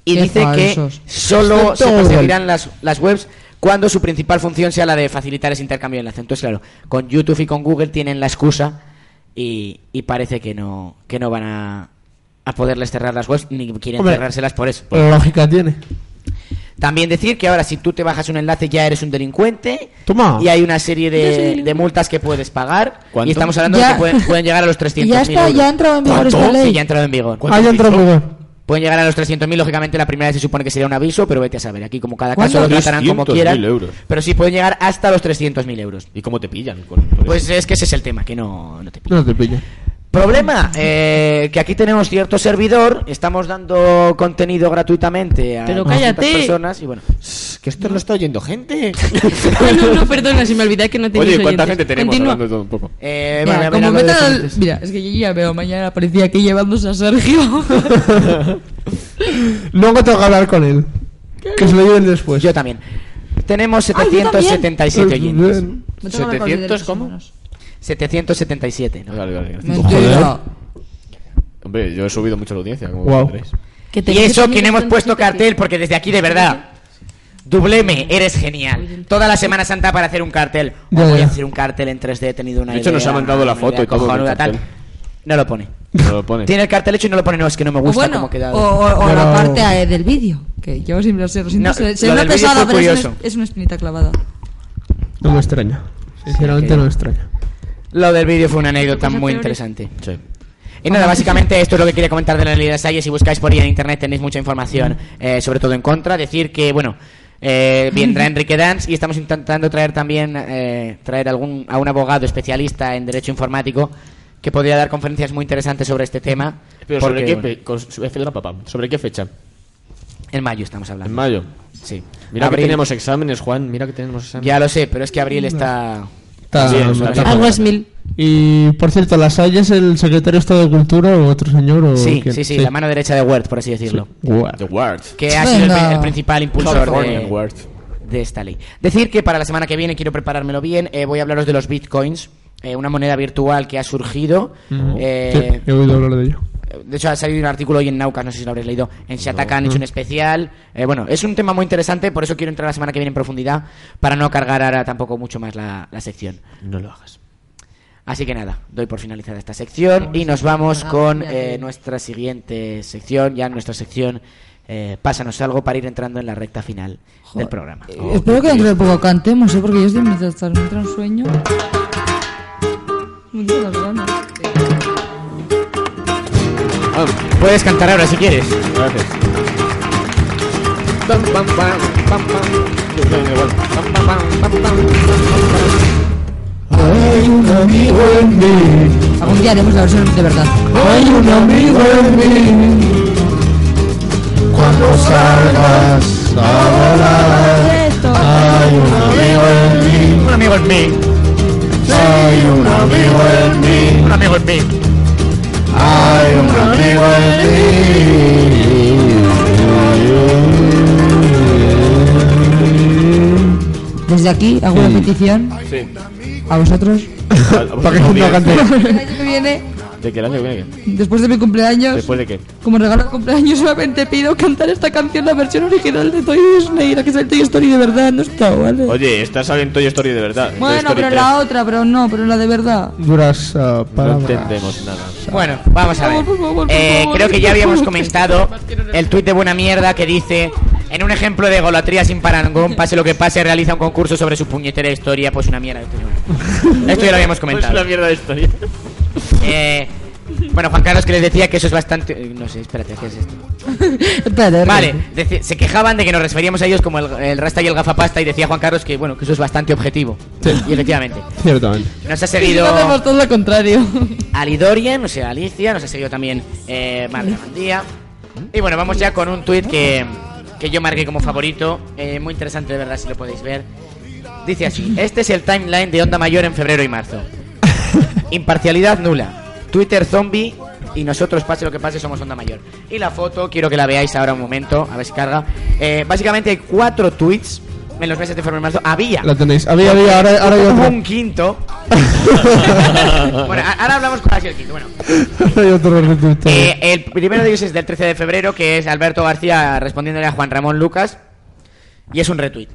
Y Qué dice falsos. que solo se Excepto Google. perseguirán las, las webs cuando su principal función sea la de facilitar ese intercambio de enlace. Entonces, claro, con YouTube y con Google tienen la excusa y, y parece que no, que no van a, a poderles cerrar las webs ni quieren Hombre, cerrárselas por eso. eh, Pero lógica tiene. También decir que ahora si tú te bajas un enlace ya eres un delincuente Toma. y hay una serie Yo soy de, delincuente. de multas que puedes pagar y ¿Cuánto? estamos hablando de Ya. que pueden, pueden llegar a los 300.000 Ya está, euros. ya ha entrado en vigor esta ley. Sí, ya ha entrado en vigor. Ah, ya entró en vigor. Pueden llegar a los 300.000, lógicamente la primera vez se supone que sería un aviso, pero vete a saber, aquí como cada caso lo ¿Cuánto? tratarán como quieran, 300.000 euros. pero sí pueden llegar hasta los 300.000 euros. ¿Y cómo te pillan? con- por Pues eso? es que ese es el tema, que no, no te No te pillo. Problema, eh, que aquí tenemos cierto servidor, estamos dando contenido gratuitamente a Pero unas cuantas cállate. personas y bueno. Que esto lo está oyendo gente. Ah, no, no, perdona, si me olvidé que no tenéis Oye, ¿cuánta oyentes. gente tenemos Continúa. hablando de todo un poco? Eh, bueno, Mira, voy a como hablar de metan al- los oyentes. Mira, es que yo ya veo mañana la policía aquí llevándose a Sergio. Luego tengo que hablar con él. Que se lo lleven después. pues Yo también. Tenemos Ah, yo también. Pues 777 oyentes. Me tengo que acordar de los cómo? 777. ¿no? Vale, vale, gracias. Mentira. Hombre, yo he subido mucho la audiencia. Como Guau. veréis. Y eso que no hemos puesto cartel, porque desde aquí, de verdad, Dubleme, eres genial. Toda la Semana Santa para hacer un cartel. Hoy Ya, voy a ya. hacer un cartel en 3D, he tenido una De hecho, idea, nos ha mandado la una foto idea y todo. del cojonuda, tal. cartel. No lo pone. No lo pone. Tiene el cartel hecho y no lo pone, no, es que no me O gusta bueno, cómo ha quedado. o, o- o la parte eh, del vídeo, que yo siempre lo sé, lo siento, No, se- lo se me ha del vídeo pesado, fue pero es una- curioso. es una espinita clavada. No me extraña. Sinceramente Sí, no me extraña. Lo del vídeo fue una anécdota muy interesante. Y nada, básicamente esto es lo que quería comentar de la realidad Salles. Si buscáis por ahí en internet tenéis mucha información, Mm. eh, sobre todo en contra. Decir que, bueno, eh, vendrá Enrique Dance y estamos intentando traer también eh, traer algún, a un abogado especialista en derecho informático que podría dar conferencias muy interesantes sobre este tema. Pero ¿sobre porque, qué, bueno, fe- con- sobre- perdona, papá, ¿sobre qué fecha? En mayo estamos hablando. En mayo. Sí. Mira Abril. que tenemos exámenes, Juan. Mira que tenemos exámenes. Ya lo sé, pero es que abril está... Está- Sí, está- es una- está- Y por cierto, ¿las hay es el secretario de Estado de Cultura o otro señor? O Sí, quién? sí, sí, la mano derecha de Word, por así decirlo. Guau. The Word. que ha sido el, Venga. pri- el principal impulsor California de, de esta ley. Decir que para la semana que viene quiero preparármelo bien. eh, voy a hablaros de los bitcoins, eh, una moneda virtual que ha surgido. Ujú. eh, Sí, he oído hablar de ello. de hecho, ha salido un artículo hoy en Naucas, no sé si lo habréis leído. En se han hecho Mm. un especial. Eh, bueno, es un tema muy interesante, por eso quiero entrar la semana que viene en profundidad, para no cargar ahora tampoco mucho más la, la sección. No lo hagas. Así que nada, doy por finalizada esta sección y nos vamos con eh, nuestra siguiente sección, ya nuestra sección eh, Pásanos algo para ir entrando en la recta final del programa. Eh, Espero que dentro de poco cantemos, ¿eh? porque yo estoy mientras hasta me entra un sueño. Me dio las ganas. Puedes cantar ahora si quieres. Gracias. Hay un amigo en mí. Algún día haremos la versión de verdad. Hay un amigo en mí. Cuando salgas a volar, hay un amigo en mí. Un amigo en mí. Hay un amigo en mí. Un amigo en mí. Hay un amigo en mí. Desde aquí hago una Sí. petición Sí. a vosotros. Para que no cante. El año que viene, ¿De qué año que viene? qué? después de mi cumpleaños, ¿Después de qué? como regalo de cumpleaños, solamente pido cantar esta canción, la versión original de Toy Disney, la que es el Toy Story de verdad, no está, ¿vale? Oye, esta sale en Toy Story de verdad. en Toy Bueno, Story pero 3. la otra, pero no, pero la de verdad. Duras ah, No palabras. entendemos nada. Bueno, vamos a ver. Eh, creo que ya habíamos comentado el tuit de buena mierda que dice: En un ejemplo de golatría sin parangón, pase lo que pase, realiza un concurso sobre su puñetera historia. Pues una mierda. de tuit. Esto ya lo habíamos Es una comentado. mierda de historia. Eh, bueno, Juan Carlos que les decía que eso es bastante. eh, No sé, espérate, ¿qué es esto? Espérate, Vale, deci- se quejaban de que nos referíamos a ellos como el, el rasta y el gafapasta y decía Juan Carlos que bueno que eso es bastante objetivo. Y efectivamente. Ciertamente. Nos ha seguido Y no hacemos todo lo contrario. Alidorian, o sea, Alicia, nos ha seguido también eh, Marta Mandía. Y bueno, vamos ya con un tuit que, que yo marqué como favorito, eh, muy interesante de verdad si lo podéis ver. Dice así, este es el timeline de Onda Mayor en febrero y marzo. Imparcialidad nula, Twitter zombie y nosotros, pase lo que pase, somos Onda Mayor. Y la foto, quiero que la veáis ahora un momento, a ver si carga. Eh, básicamente hay cuatro tweets en los meses de febrero y marzo. Había. La tenéis. Había, había, ahora, ahora hay Hubo otro. un quinto. bueno, a- ahora hablamos con así el quinto. Bueno, Ahora hay otro retuiteo. eh, el primero de ellos es del 13 de febrero, que es Alberto García respondiéndole a Juan Ramón Lucas. Y es un retweet.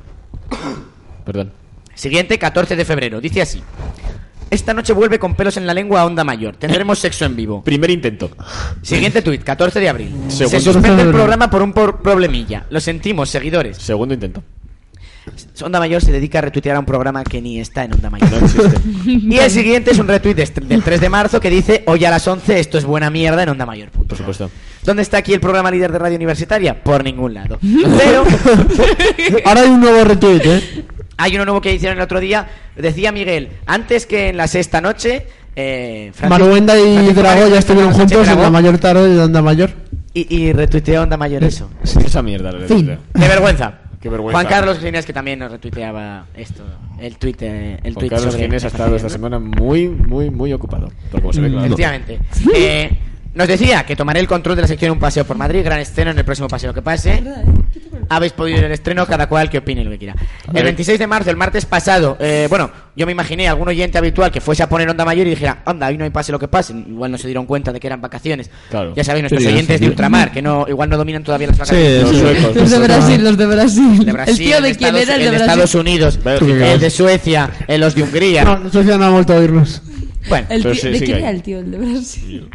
Perdón. Siguiente, 14 de febrero. Dice así. Esta noche vuelve con pelos en la lengua a Onda Mayor. Tendremos sexo en vivo. Primer intento. Siguiente tuit, 14 de abril. Segundo. Se suspende el programa por un por- problemilla. Lo sentimos, seguidores. Segundo intento. Onda Mayor se dedica a retuitear a un programa que ni está en Onda Mayor. y el siguiente es un retuit de- del 3 de marzo que dice: Hoy a las 11, esto es buena mierda en Onda Mayor. Por supuesto. ¿Dónde está aquí el programa líder de Radio Universitaria? Por ningún lado. Eh. Ahora hay un nuevo retweet, ¿eh? Hay uno nuevo que hicieron el otro día. Decía Miguel, antes que en la sexta noche, eh, Francisco- Manuenda y Francisco Drago ya estuvieron Francisco juntos en Dragó la mayor tarde de Onda Mayor. Y, y retuiteó Onda Mayor eso. Esa mierda. la Fin. verdad. ¡Qué vergüenza! Qué vergüenza. Juan Carlos Ginés, que también nos retuiteaba esto, el tuit, eh, el Juan tuit Carlos sobre Ginés ha estado España, esta ¿no? semana muy, muy, muy ocupado. Por como se Mm, ve, claro. Efectivamente. Eh, nos decía que tomaré el control de la sección Un Paseo por Madrid, gran estreno en el próximo paseo que pase. Habéis podido ir al estreno, cada cual que opine lo que quiera. El 26 de marzo, el martes pasado, eh, bueno, yo me imaginé algún oyente habitual que fuese a poner Onda Mayor y dijera, onda, hoy no hay pase lo que pase. Igual no se dieron cuenta de que eran vacaciones. Ya sabéis, nuestros Sí, oyentes de sí. ultramar, que no igual no dominan todavía las vacaciones. sí. Los de Brasil, los de Brasil. De Brasil, el tío de en quién Estados- era el de en Brasil. Estados Unidos, el de Suecia, en los de Hungría. No, no sé si han vuelto a oírnos. Bueno, El tío- ¿De quién era el tío? El de Brasil.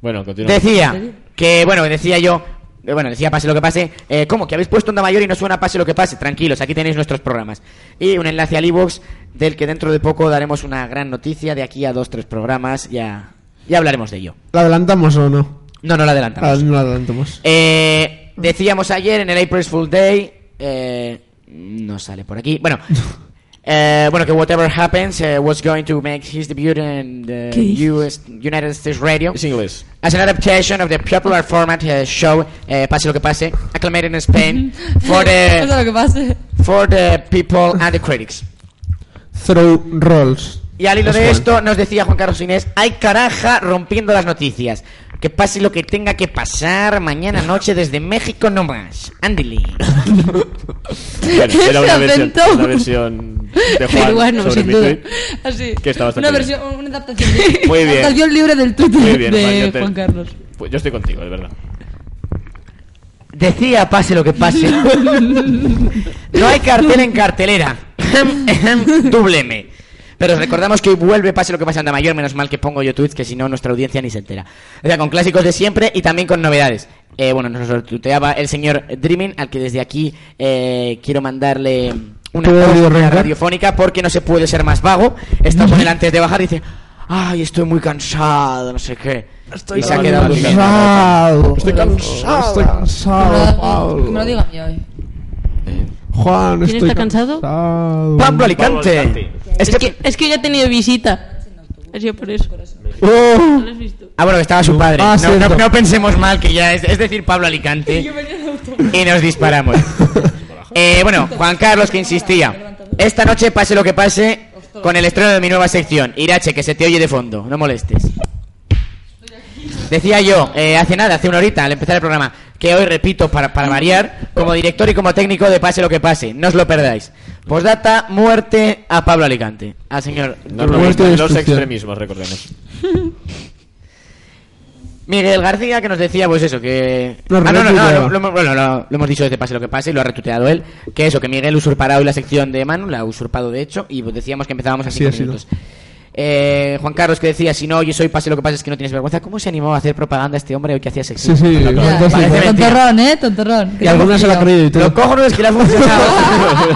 Bueno, continúa. Decía que, bueno, decía yo, eh, bueno, decía pase lo que pase, eh, ¿cómo? Que habéis puesto onda mayor y no suena pase lo que pase, tranquilos, aquí tenéis nuestros programas. Y un enlace al iVoox del que dentro de poco daremos una gran noticia de aquí a dos, tres programas, ya, ya hablaremos de ello. ¿La adelantamos o no? No, no la adelantamos. Ah, no la adelantamos. Eh, decíamos ayer en el April's Full Day. eh, no sale por aquí. Bueno. eh, bueno, que whatever happens eh, was going to make his debut in the ¿Qué dices? US, United States Radio. Es inglés. As an adaptation of the popular format eh, show, eh, pase lo que pase, acclaimed in Spain for Pasa the, lo que pase. for the people and the critics. Throw rolls. Y al hilo Es de Juan. esto nos decía Juan Carlos Inés, hay caraja rompiendo las noticias. Que pase lo que tenga que pasar mañana noche desde México nomás. Ándele. Bueno, era una Ese versión, acento. una versión de Juan Peruano, sobre sin mi duda. tweet. Así. Que está bastante una bien. versión, una adaptación. de- Muy bien. Adaptación libre del Twitter Muy bien, de Juan, yo te- Juan Carlos. Pues yo estoy contigo, de verdad. Decía, pase lo que pase. No hay cartel en cartelera. Dubleme. Pero os recordamos que hoy vuelve, pase lo que pase, Onda Mayor. Menos mal que pongo yo tweets, que si no, nuestra audiencia ni se entera. O sea, con clásicos de siempre y también con novedades. Eh, bueno, nos lo tuteaba el señor Dreaming, al que desde aquí eh, quiero mandarle una ¿Puedo arrancar? radiofónica porque no se puede ser más vago. Está por delante antes de bajar y dice: Ay, estoy muy cansado, no sé qué. y se ha quedado cansado. Estoy cansado. Estoy cansado, Pablo. Que me lo diga a mí hoy. Juan, ¿Quién estoy está cansado? cansado. Pablo Alicante. Es que, es que ya he tenido visita. Ha sido por eso. Oh. Ah, bueno, que estaba su padre. Ah, no, cierto. no- no pensemos mal que ya es, es decir Pablo Alicante y nos disparamos. Eh, bueno, Juan Carlos que insistía. Esta noche pase lo que pase con el estreno de mi nueva sección. Irache, que se te oye de fondo, no molestes. Decía yo, eh, hace nada, hace una horita, al empezar el programa, que hoy repito para, para variar, como director y como técnico de pase lo que pase, no os lo perdáis. Postdata, muerte a Pablo Alicante, al señor No, no, Muerte no, y los destrucción. extremismos, recordemos. Miguel García que nos decía, pues eso, que. No, Ah, no, no, no, retuitea. lo, lo hemos- bueno, lo- lo hemos dicho desde pase lo que pase, y lo ha retuiteado él, que eso, que Miguel usurpará hoy la sección de Manu, la ha usurpado de hecho, y pues decíamos que empezábamos a Así cinco ha sido. minutos. Eh, Juan Carlos que decía, si no oyes hoy pase lo que pase es que no tienes vergüenza. ¿Cómo se animó a hacer propaganda este hombre hoy que hacía sección? Sí, sí, Parece fantástico. mentira. Tontorrón, eh, tontorrón. Y alguna se la ha creído y todo. Lo cojo no es que le ha funcionado.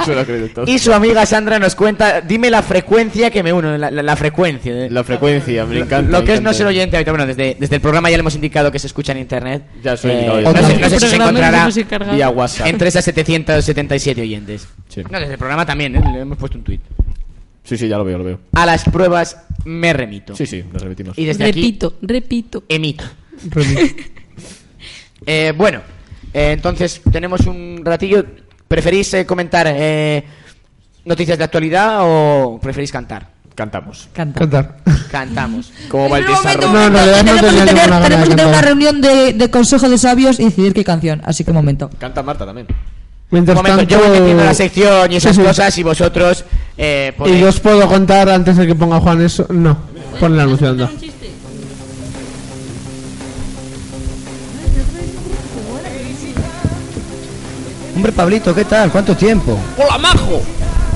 Se lo ha creído todo. y su amiga Sandra nos cuenta, dime la frecuencia que me uno, la, la- la frecuencia. eh. La frecuencia, me encanta. Lo me que es encanta. no ser oyente ahorita, bueno, desde, desde el programa ya le hemos indicado que se escucha en internet. Ya soy Eh, oyente. no, sé, no sé si se Programas encontrará hemos encargado. Vía WhatsApp. entre esas 777 oyentes. Sí. No, desde el programa también, ¿eh? le hemos puesto un tuit. sí, sí, ya lo veo, lo veo. A las pruebas me remito. Sí, sí, lo repetimos. Y desde aquí repito, repito. emito. Eh, bueno, eh, entonces tenemos un ratillo. ¿Preferís eh, comentar eh, noticias de actualidad o preferís cantar? Cantamos. Canta. Cantar. Cantamos. Como Baltasar un momento. No, no, le damos tenemos que desde tener, luego una tenemos que tener gana de una cantar. reunión de, de consejo de sabios y decidir qué canción. Así que un momento. Canta Marta también. Mientras Un momento, yo voy tanto- metiendo la sección y esas Sí, sí. cosas y vosotros eh, ¿Y podéis- yo os puedo contar antes de que ponga Juan eso? No, ponle anunciando. Hombre, Pablito, ¿qué tal? ¿Cuánto tiempo? ¡Hola, majo!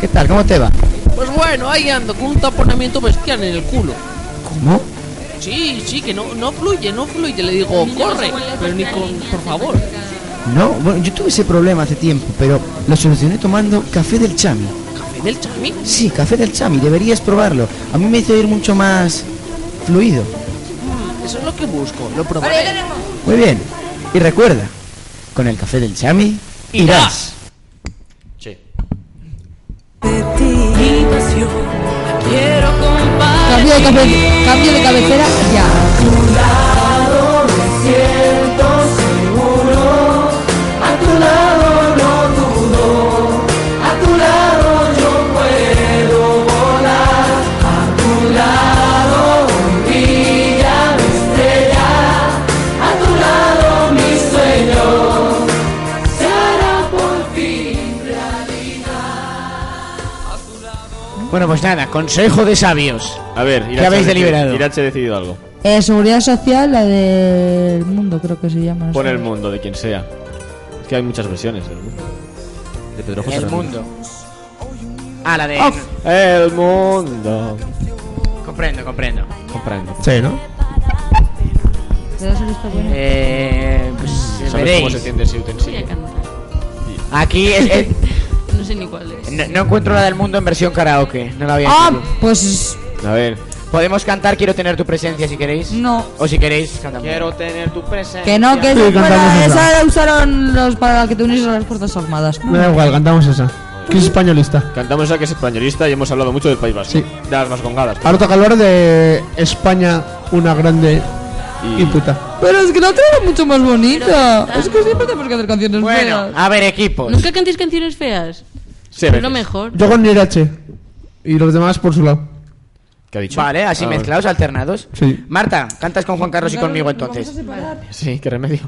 ¿Qué tal? ¿Cómo te va? Pues bueno, ahí ando, con un taponamiento bestial en el culo. ¿Cómo? Sí, sí, que no, no fluye, no fluye. Le digo, corre, pero ni con, por favor. No, bueno, yo tuve ese problema hace tiempo, pero lo solucioné tomando café del chami. ¿Café del chami? Sí, café del chami, deberías probarlo. A mí me hizo ir mucho más fluido. Ah, Eso es lo que busco, lo probaré. Muy bien. Y recuerda, con el café del chami irás. Quiero Cambio de, cabe- cambio de cabecera ya. siento seguro, a tu lado no dudo, a tu lado yo puedo volar, a tu lado brilla mi estrella, a tu lado mi sueño se hará por fin realidad. Bueno, pues nada, consejo de sabios. A ver, Irache ¿Qué habéis ha decidido- deliberado? Irache ha decidido algo. Eh, seguridad social, la del mundo, creo que se llama. no Pon sé. el mundo de quien sea. Es que hay muchas versiones del mundo. De Pedro José El Ramírez. mundo. Ah, la de. El mundo. Comprendo, comprendo. Comprendo. Sí, ¿no? Eh, pues ¿Sabes veréis. cómo se tiende ese Voy utensilio? a cantar. Aquí es- es- No sé ni cuál es. no, no encuentro la del mundo en versión karaoke. No la había. Ah, pues. A ver. Podemos cantar Quiero tener tu presencia si queréis. No. O si queréis, cantamos. Quiero tener tu presencia. Que no, que Sí, bueno, cantamos esa otra. la usaron los para que te unís a las Fuerzas Armadas. Me da igual, cantamos esa. Que es españolista. Cantamos a que es españolista y hemos hablado mucho del País Vasco. De las vascongadas. Ah, Ahora toca hablar de España, una grande y, puta. Pero es que la otra era mucho más bonita. Es que siempre tenemos que hacer canciones Bueno, ah. feas. a ver, equipos. Nunca cantéis canciones feas. Sí, es lo mejor. Yo con Irache y los demás por su lado. ¿Qué ha dicho? Vale, así Ah, mezclados, alternados. Sí. Marta, cantas con Juan Carlos y conmigo entonces. Sí, qué remedio.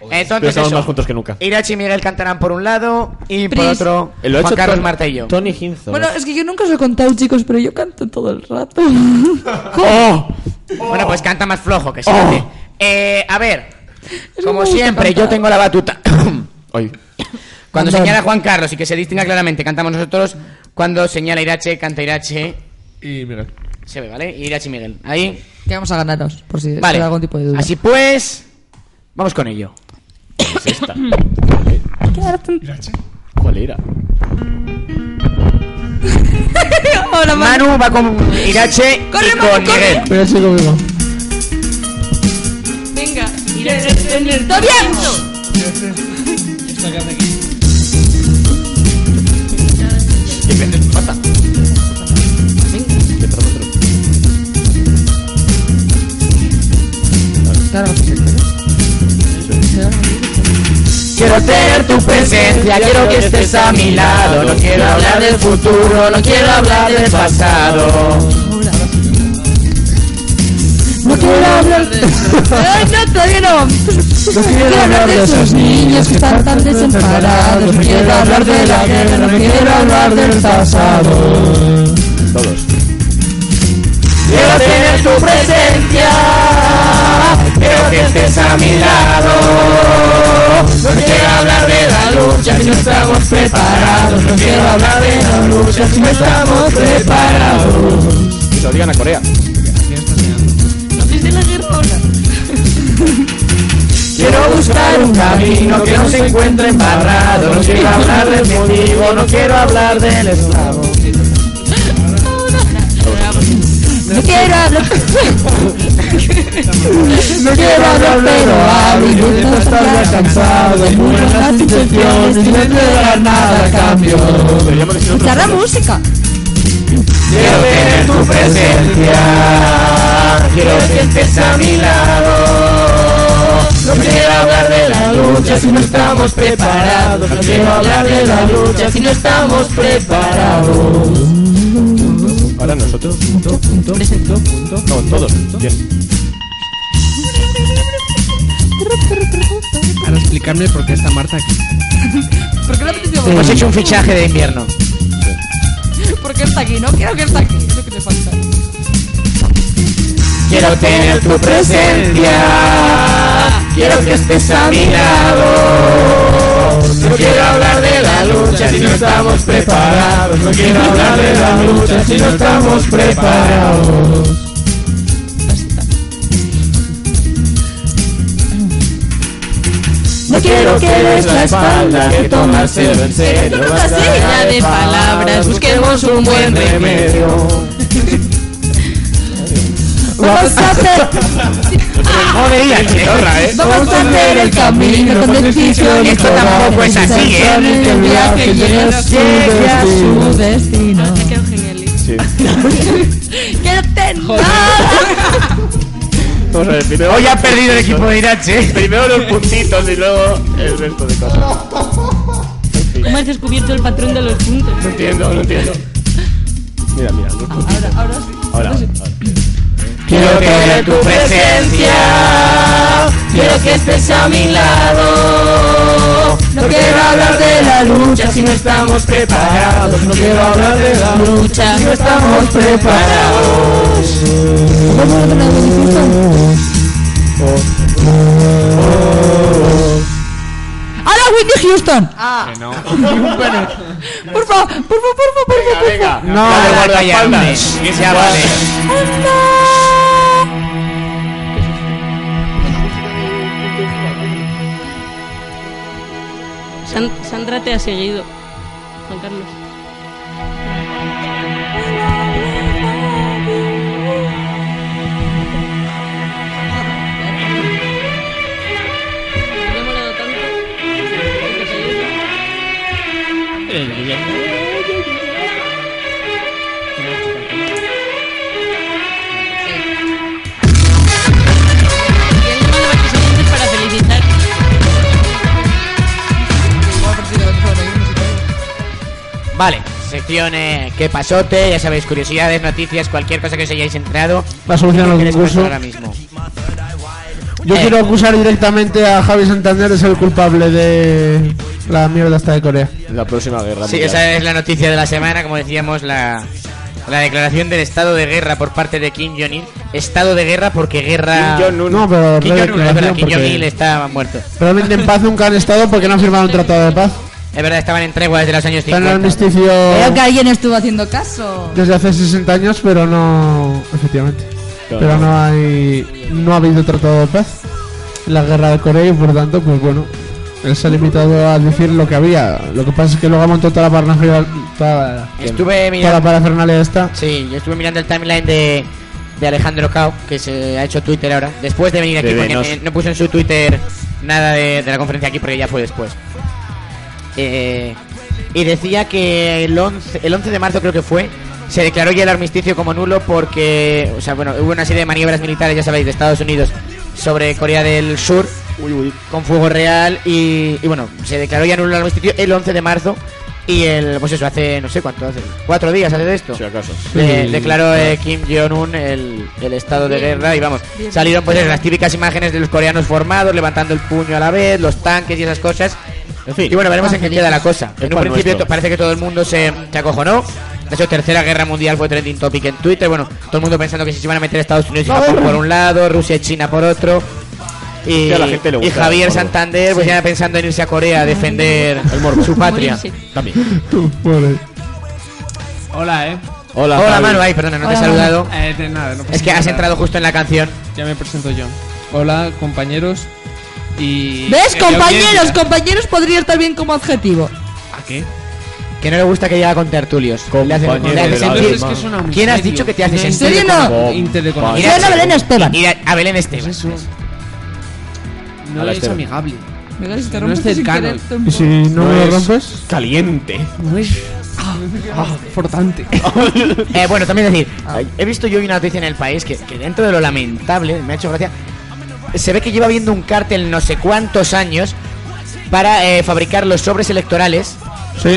Pero Entonces estamos eso. más juntos que nunca. Irachi y Miguel cantarán por un lado y por Pris. otro Eh, lo ha Juan hecho Carlos Tony- Marta y yo. Tony Hinzo. Bueno, es que yo nunca os he contado, chicos, pero yo canto todo el rato. Oh. Bueno, Oh. pues canta más flojo que se hace. Eh, a ver, Es como que me gusta siempre, cantar. yo tengo la batuta. Hoy. Cuando Cantar. señala Juan Carlos y que se distinga claramente, cantamos nosotros. Cuando señala Irache, canta Irache. Y Miguel. Se ve, ¿vale? Irache y Miguel. Ahí. Que vamos a ganaros, por si Vale. hay algún tipo de duda. Así pues, vamos con ello. ¿Cuál era? Ahora Manu. Manu va con Irache y con Miguel. Irache conmigo. Venga, Irache, tener tu tiempo. Quiero tener tu presencia, quiero que estés a mi lado. No quiero hablar del futuro, no quiero hablar del pasado. No quiero hablar de... Ay, no, todavía no. No quiero hablar de esos niños que están tan desamparados. No quiero hablar de la guerra, no quiero hablar del pasado. Todos. Quiero tener tu presencia, quiero que estés a mi lado. No quiero hablar de la lucha si no estamos preparados. No quiero hablar de la lucha si no estamos preparados. Que se lo digan a Corea. Desde la guerra ahora. Quiero buscar un camino que no se encuentre embarrado. No quiero hablar del motivo, no quiero hablar del esclavo. No quiero hablar. No quiero hablar, pero hablo y nunca estar cansado. Hay muchas intenciones y no entregar nada a cambio. Deberíamos decir otro. Escuchar la música. Quiero tener tu presencia, quiero que estés a mi lado. No quiero hablar de la lucha si no estamos preparados. No quiero hablar de la lucha si no estamos preparados. Ahora nosotros. Punto, punto, punto. No, todos. Bien. Para explicarme por qué está Marta aquí. ¿Por qué no te digo? Hemos hecho un fichaje de invierno. ¿Por qué está aquí? No quiero que está aquí. Es lo que te falta. Quiero tener tu presencia, quiero que estés a mi lado. No quiero hablar de la lucha si no estamos preparados. No quiero hablar de la lucha si no estamos preparados. No quiero que des la espalda, que tomárselo en serio. Ella Basta de palabras, busquemos un buen remedio. Vamos a hacer. Joder, chorra, eh. Vamos a hacer el camino con decisión. Esto tampoco es así, eh. Que el viaje llegue a su destino. su destino. Ah, ¿eh? Quédate Vamos a ver, primero. Hoy ha perdido el equipo de Irache. ¿eh? Primero los puntitos y luego el resto de cosas. ¿Cómo has descubierto el patrón de los puntos? No entiendo, no entiendo. Mira, mira, los puntitos. Ahora sí. Ahora, ahora. Quiero tener tu presencia, quiero que estés a mi lado. No quiero hablar de la lucha si no estamos preparados. No quiero hablar de la lucha si no estamos preparados. ¡Hala, Whitney Houston! Ah. no. Por favor, por favor, por favor, por favor. No, Dale, no, guardaespaldas. no, no, Ya vale. San- Sandra te ha seguido. Juan Carlos. Para felicitar. Vale, secciones que pasote, ya sabéis, curiosidades, noticias, cualquier cosa que os hayáis entrado. La solución a los ¿Qué queréis concursos. comentar ahora mismo. Yo Eh. quiero acusar directamente a Javi Santander de ser el culpable de la mierda hasta de Corea. La próxima guerra. Sí, mundial. esa es la noticia de la semana, como decíamos, la, la declaración del estado de guerra por parte de Kim Jong-il. Estado de guerra porque guerra... Kim Jong-un. No, pero Kim Jong-un, es verdad, declaración Kim porque- Jong-il está muerto. Realmente en paz nunca han estado porque no han firmado un tratado de paz. Es verdad, estaban en tregua desde los años Están en el 50. armisticio Creo que alguien estuvo haciendo caso. desde hace 60 años, pero no. Efectivamente. Claro. Pero no hay. No ha habido tratado de paz. La guerra de Corea y por tanto, pues bueno. Él se ha limitado a decir lo que había. Lo que pasa es que luego ha montado toda la parafernalia. Toda, la- Estuve toda la mirando... parafernalia esta. Sí, yo estuve mirando el timeline de, de Alejandro Cao, que se ha hecho Twitter ahora, después de venir aquí, De porque Venus. eh, no puso en su Twitter nada de, de la conferencia aquí, porque ya fue después. Eh, y decía que el 11, el 11 de marzo creo que fue, se declaró ya el armisticio como nulo porque, o sea, bueno, hubo una serie de maniobras militares, ya sabéis, de Estados Unidos sobre Corea del Sur con fuego real y, y bueno, se declaró ya nulo el armisticio el 11 de marzo y el, pues eso, hace, no sé cuánto hace, cuatro días hace de esto. Si acaso. Le- Sí. declaró eh, Kim Jong-un el, el estado de guerra y vamos, Bien. salieron pues eso, las típicas imágenes de los coreanos formados, levantando el puño a la vez, los tanques y esas cosas. y bueno, veremos en qué queda la cosa. En un pan principio nuestro. to- parece que todo el mundo se, se acojonó. De hecho, Tercera Guerra Mundial fue trending topic en Twitter. Bueno, todo el mundo pensando que si se iban a meter Estados Unidos y Japón por un lado, Rusia y China por otro. Y, Que a la gente le y gusta Javier el morbo. Santander pues ya pensando en irse a Corea a defender su patria. También. Pobre. Hola, eh. Hola, Hola, Javi. Manu. Ay, perdona, no te he saludado. Eh, de nada, no pasa Es que has nada. entrado justo en la canción. Ya me presento yo. Hola, compañeros. Y. ¿Ves? y Compañeros, audiencia. compañeros podría estar bien como adjetivo. ¿A qué? Que no le gusta que llega con tertulios. Le hace- Compañero le hace del alma. sentir- Es que suena muy ¿Quién has serio. dicho que te hace No, en sentir? serio no. Compañero. Intereconomía. Mira, Mira a Belén Esteban. Mira a Belén Esteban. No Hola, es Esteban. amigable. Me das, te No es rompes sin cercano. querer, te- Y si no, me lo es rompes. Caliente. No es. Ah, ah, importante. Eh, bueno, también decir, Ah. he visto yo hoy una noticia en el país que, que dentro de lo lamentable, me ha hecho gracia, se ve que lleva viendo un cártel no sé cuántos años para eh, fabricar los sobres electorales.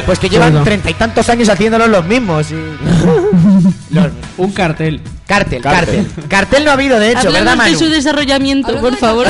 pues que llevan verdad. treinta y tantos años haciéndolos los mismos. y- Un cartel. Cártel, cártel. Cartel no ha habido, de hecho, ¿verdad, Hablemos de Manu? su desarrollamiento, por favor.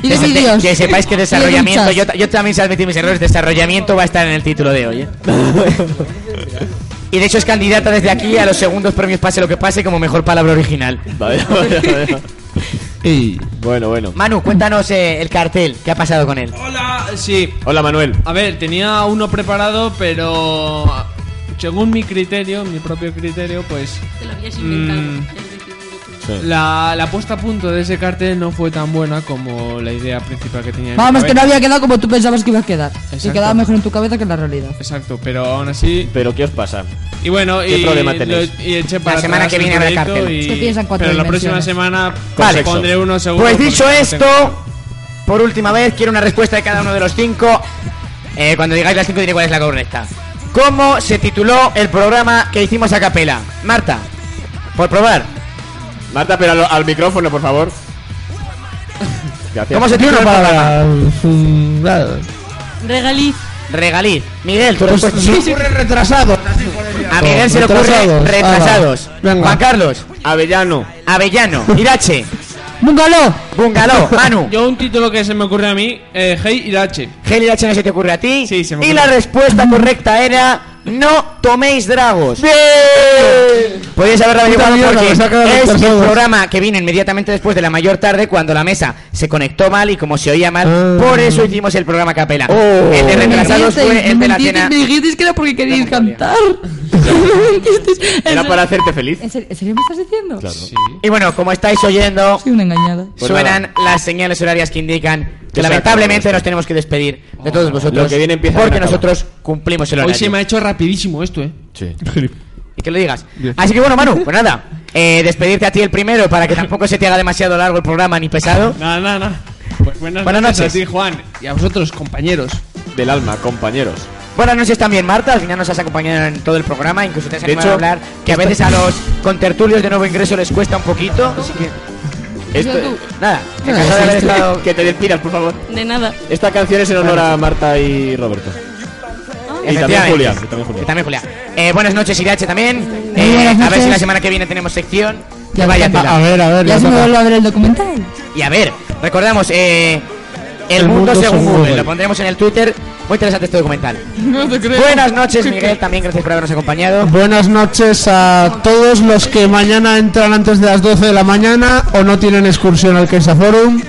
Que, se- que sepáis que Y de desarrollamiento, duchas. yo, ta- yo también sé admitir mis errores, desarrollamiento va a estar en el título de hoy. ¿eh? y de hecho es candidata desde aquí a los segundos premios Pase lo que pase como mejor palabra original. Bueno, bueno. Manu, cuéntanos eh, el cartel. ¿Qué ha pasado con él? Hola, sí. Hola, Manuel. A ver, tenía uno preparado, pero según mi criterio, mi propio criterio, pues Te lo habías inventado. Mm. la, la puesta a punto de ese cartel no fue tan buena como la idea principal que tenía. en mi Vamos, que no cabeza. había quedado como tú pensabas que iba a quedar. Y Exacto. quedaba mejor en tu cabeza que en la realidad. Exacto, pero aún así. ¿Pero qué os pasa? Y bueno, ¿Qué y problema tenéis? lo- y eché para La semana atrás que el viene habrá proyecto cartel. y- Es que piensa en cuatro Pero la próxima dimensiones. semana Vale. pondré uno seguro. Pues dicho porque no esto, por última vez, quiero una respuesta de cada uno de los cinco. Eh, cuando digáis las cinco, diré cuál es la correcta. ¿Cómo se tituló el programa que hicimos a capela? Marta, por probar. Marta, pero al, al micrófono, por favor. Gracias. ¿Cómo se titula el programa? Regaliz. Regaliz. Miguel, tu Pues respuesta. se me ocurre retrasados. A Miguel se le ocurre Retrasados. retrasados. Ah, venga. Juan Carlos. Avellano. Avellano. Irache. Bungalow. Bungalow. Manu. Yo un título que se me ocurre a mí, eh, Hey Irache. Gel Irache no se te ocurre a ti. Sí, se me Y ocurre. la respuesta correcta era no toméis dragos. Podéis haber averiguado Puta mierda, me saca de los porque es el calzados. programa que vino inmediatamente después de la mayor tarde cuando la mesa se conectó mal y como se oía mal, por eso hicimos el programa a capela. El de retrasados fue el de la cena. Me dijisteis que era porque queríais cantar. Era para hacerte feliz. ¿En serio, en serio me estás diciendo? Y bueno, como estáis oyendo, Soy una engañada. Pues suenan las señales horarias que indican que Exacto, lamentablemente nos tenemos que despedir de todos vosotros Lo que viene empieza porque bien acaba. nosotros cumplimos el Hoy horario. se me ha hecho rapidísimo esto, eh. Sí. Y que lo digas. Así que bueno, Manu, pues nada. eh, despedirte a ti el primero para que tampoco se te haga demasiado largo el programa ni pesado. Nada, nada, Ah. nada. Pues buenas, Buenas noches noches. a ti, Juan. Y a vosotros, compañeros. Del alma, compañeros. Buenas noches también, Marta. Al final nos has acompañado en todo el programa. Incluso te has De animado hecho, a hablar. Que a veces a los contertulios de nuevo ingreso les cuesta un poquito. Así que Esto- nada. Ah, encantado de haber estado- Que te despidas, por favor. De nada. Esta canción es en honor a Marta y Roberto. Y también Efectivamente. Julia. Y también Y Julia. también Julia. Eh, buenas noches, Irache también. Muy Eh, buenas a ver noches. si la semana que viene tenemos sección. Que Ya vaya toca. tela. A ver, a ver. Ya ya se me toca. vuelve a ver el documental. Y a ver, recordamos, eh, el, El mundo, mundo según según Google. Google. Lo pondremos en el Twitter. Muy interesante este documental. No te creo. Buenas noches, Miguel. También gracias por habernos acompañado. Buenas noches a todos los que mañana entran antes de las 12 de la mañana o no tienen excursión al Kensa Forum.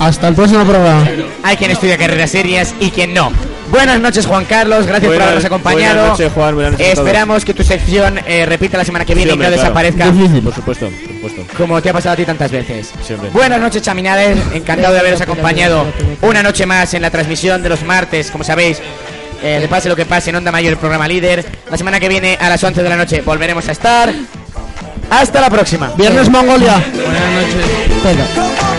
Hasta el próximo programa. Hay quien estudia carreras serias y quien no. Buenas noches, Juan Carlos. Gracias por Buenas- habernos acompañado. buenas noches, Juan, buenas noches a todos. Esperamos que tu sección eh, repita la semana que viene Sí, y no hombre, claro. desaparezca. Por supuesto, por supuesto. Como te ha pasado a ti tantas veces. Siempre. Buenas noches, chaminades. Encantado de haberos acompañado una noche más en la transmisión de los martes, como sabéis. eh, de pase lo que pase en Onda Mayor, el programa líder. La semana que viene a las 11 de la noche volveremos a estar. Hasta la próxima. Viernes Mongolia. Buenas noches. Venga. Como Ah.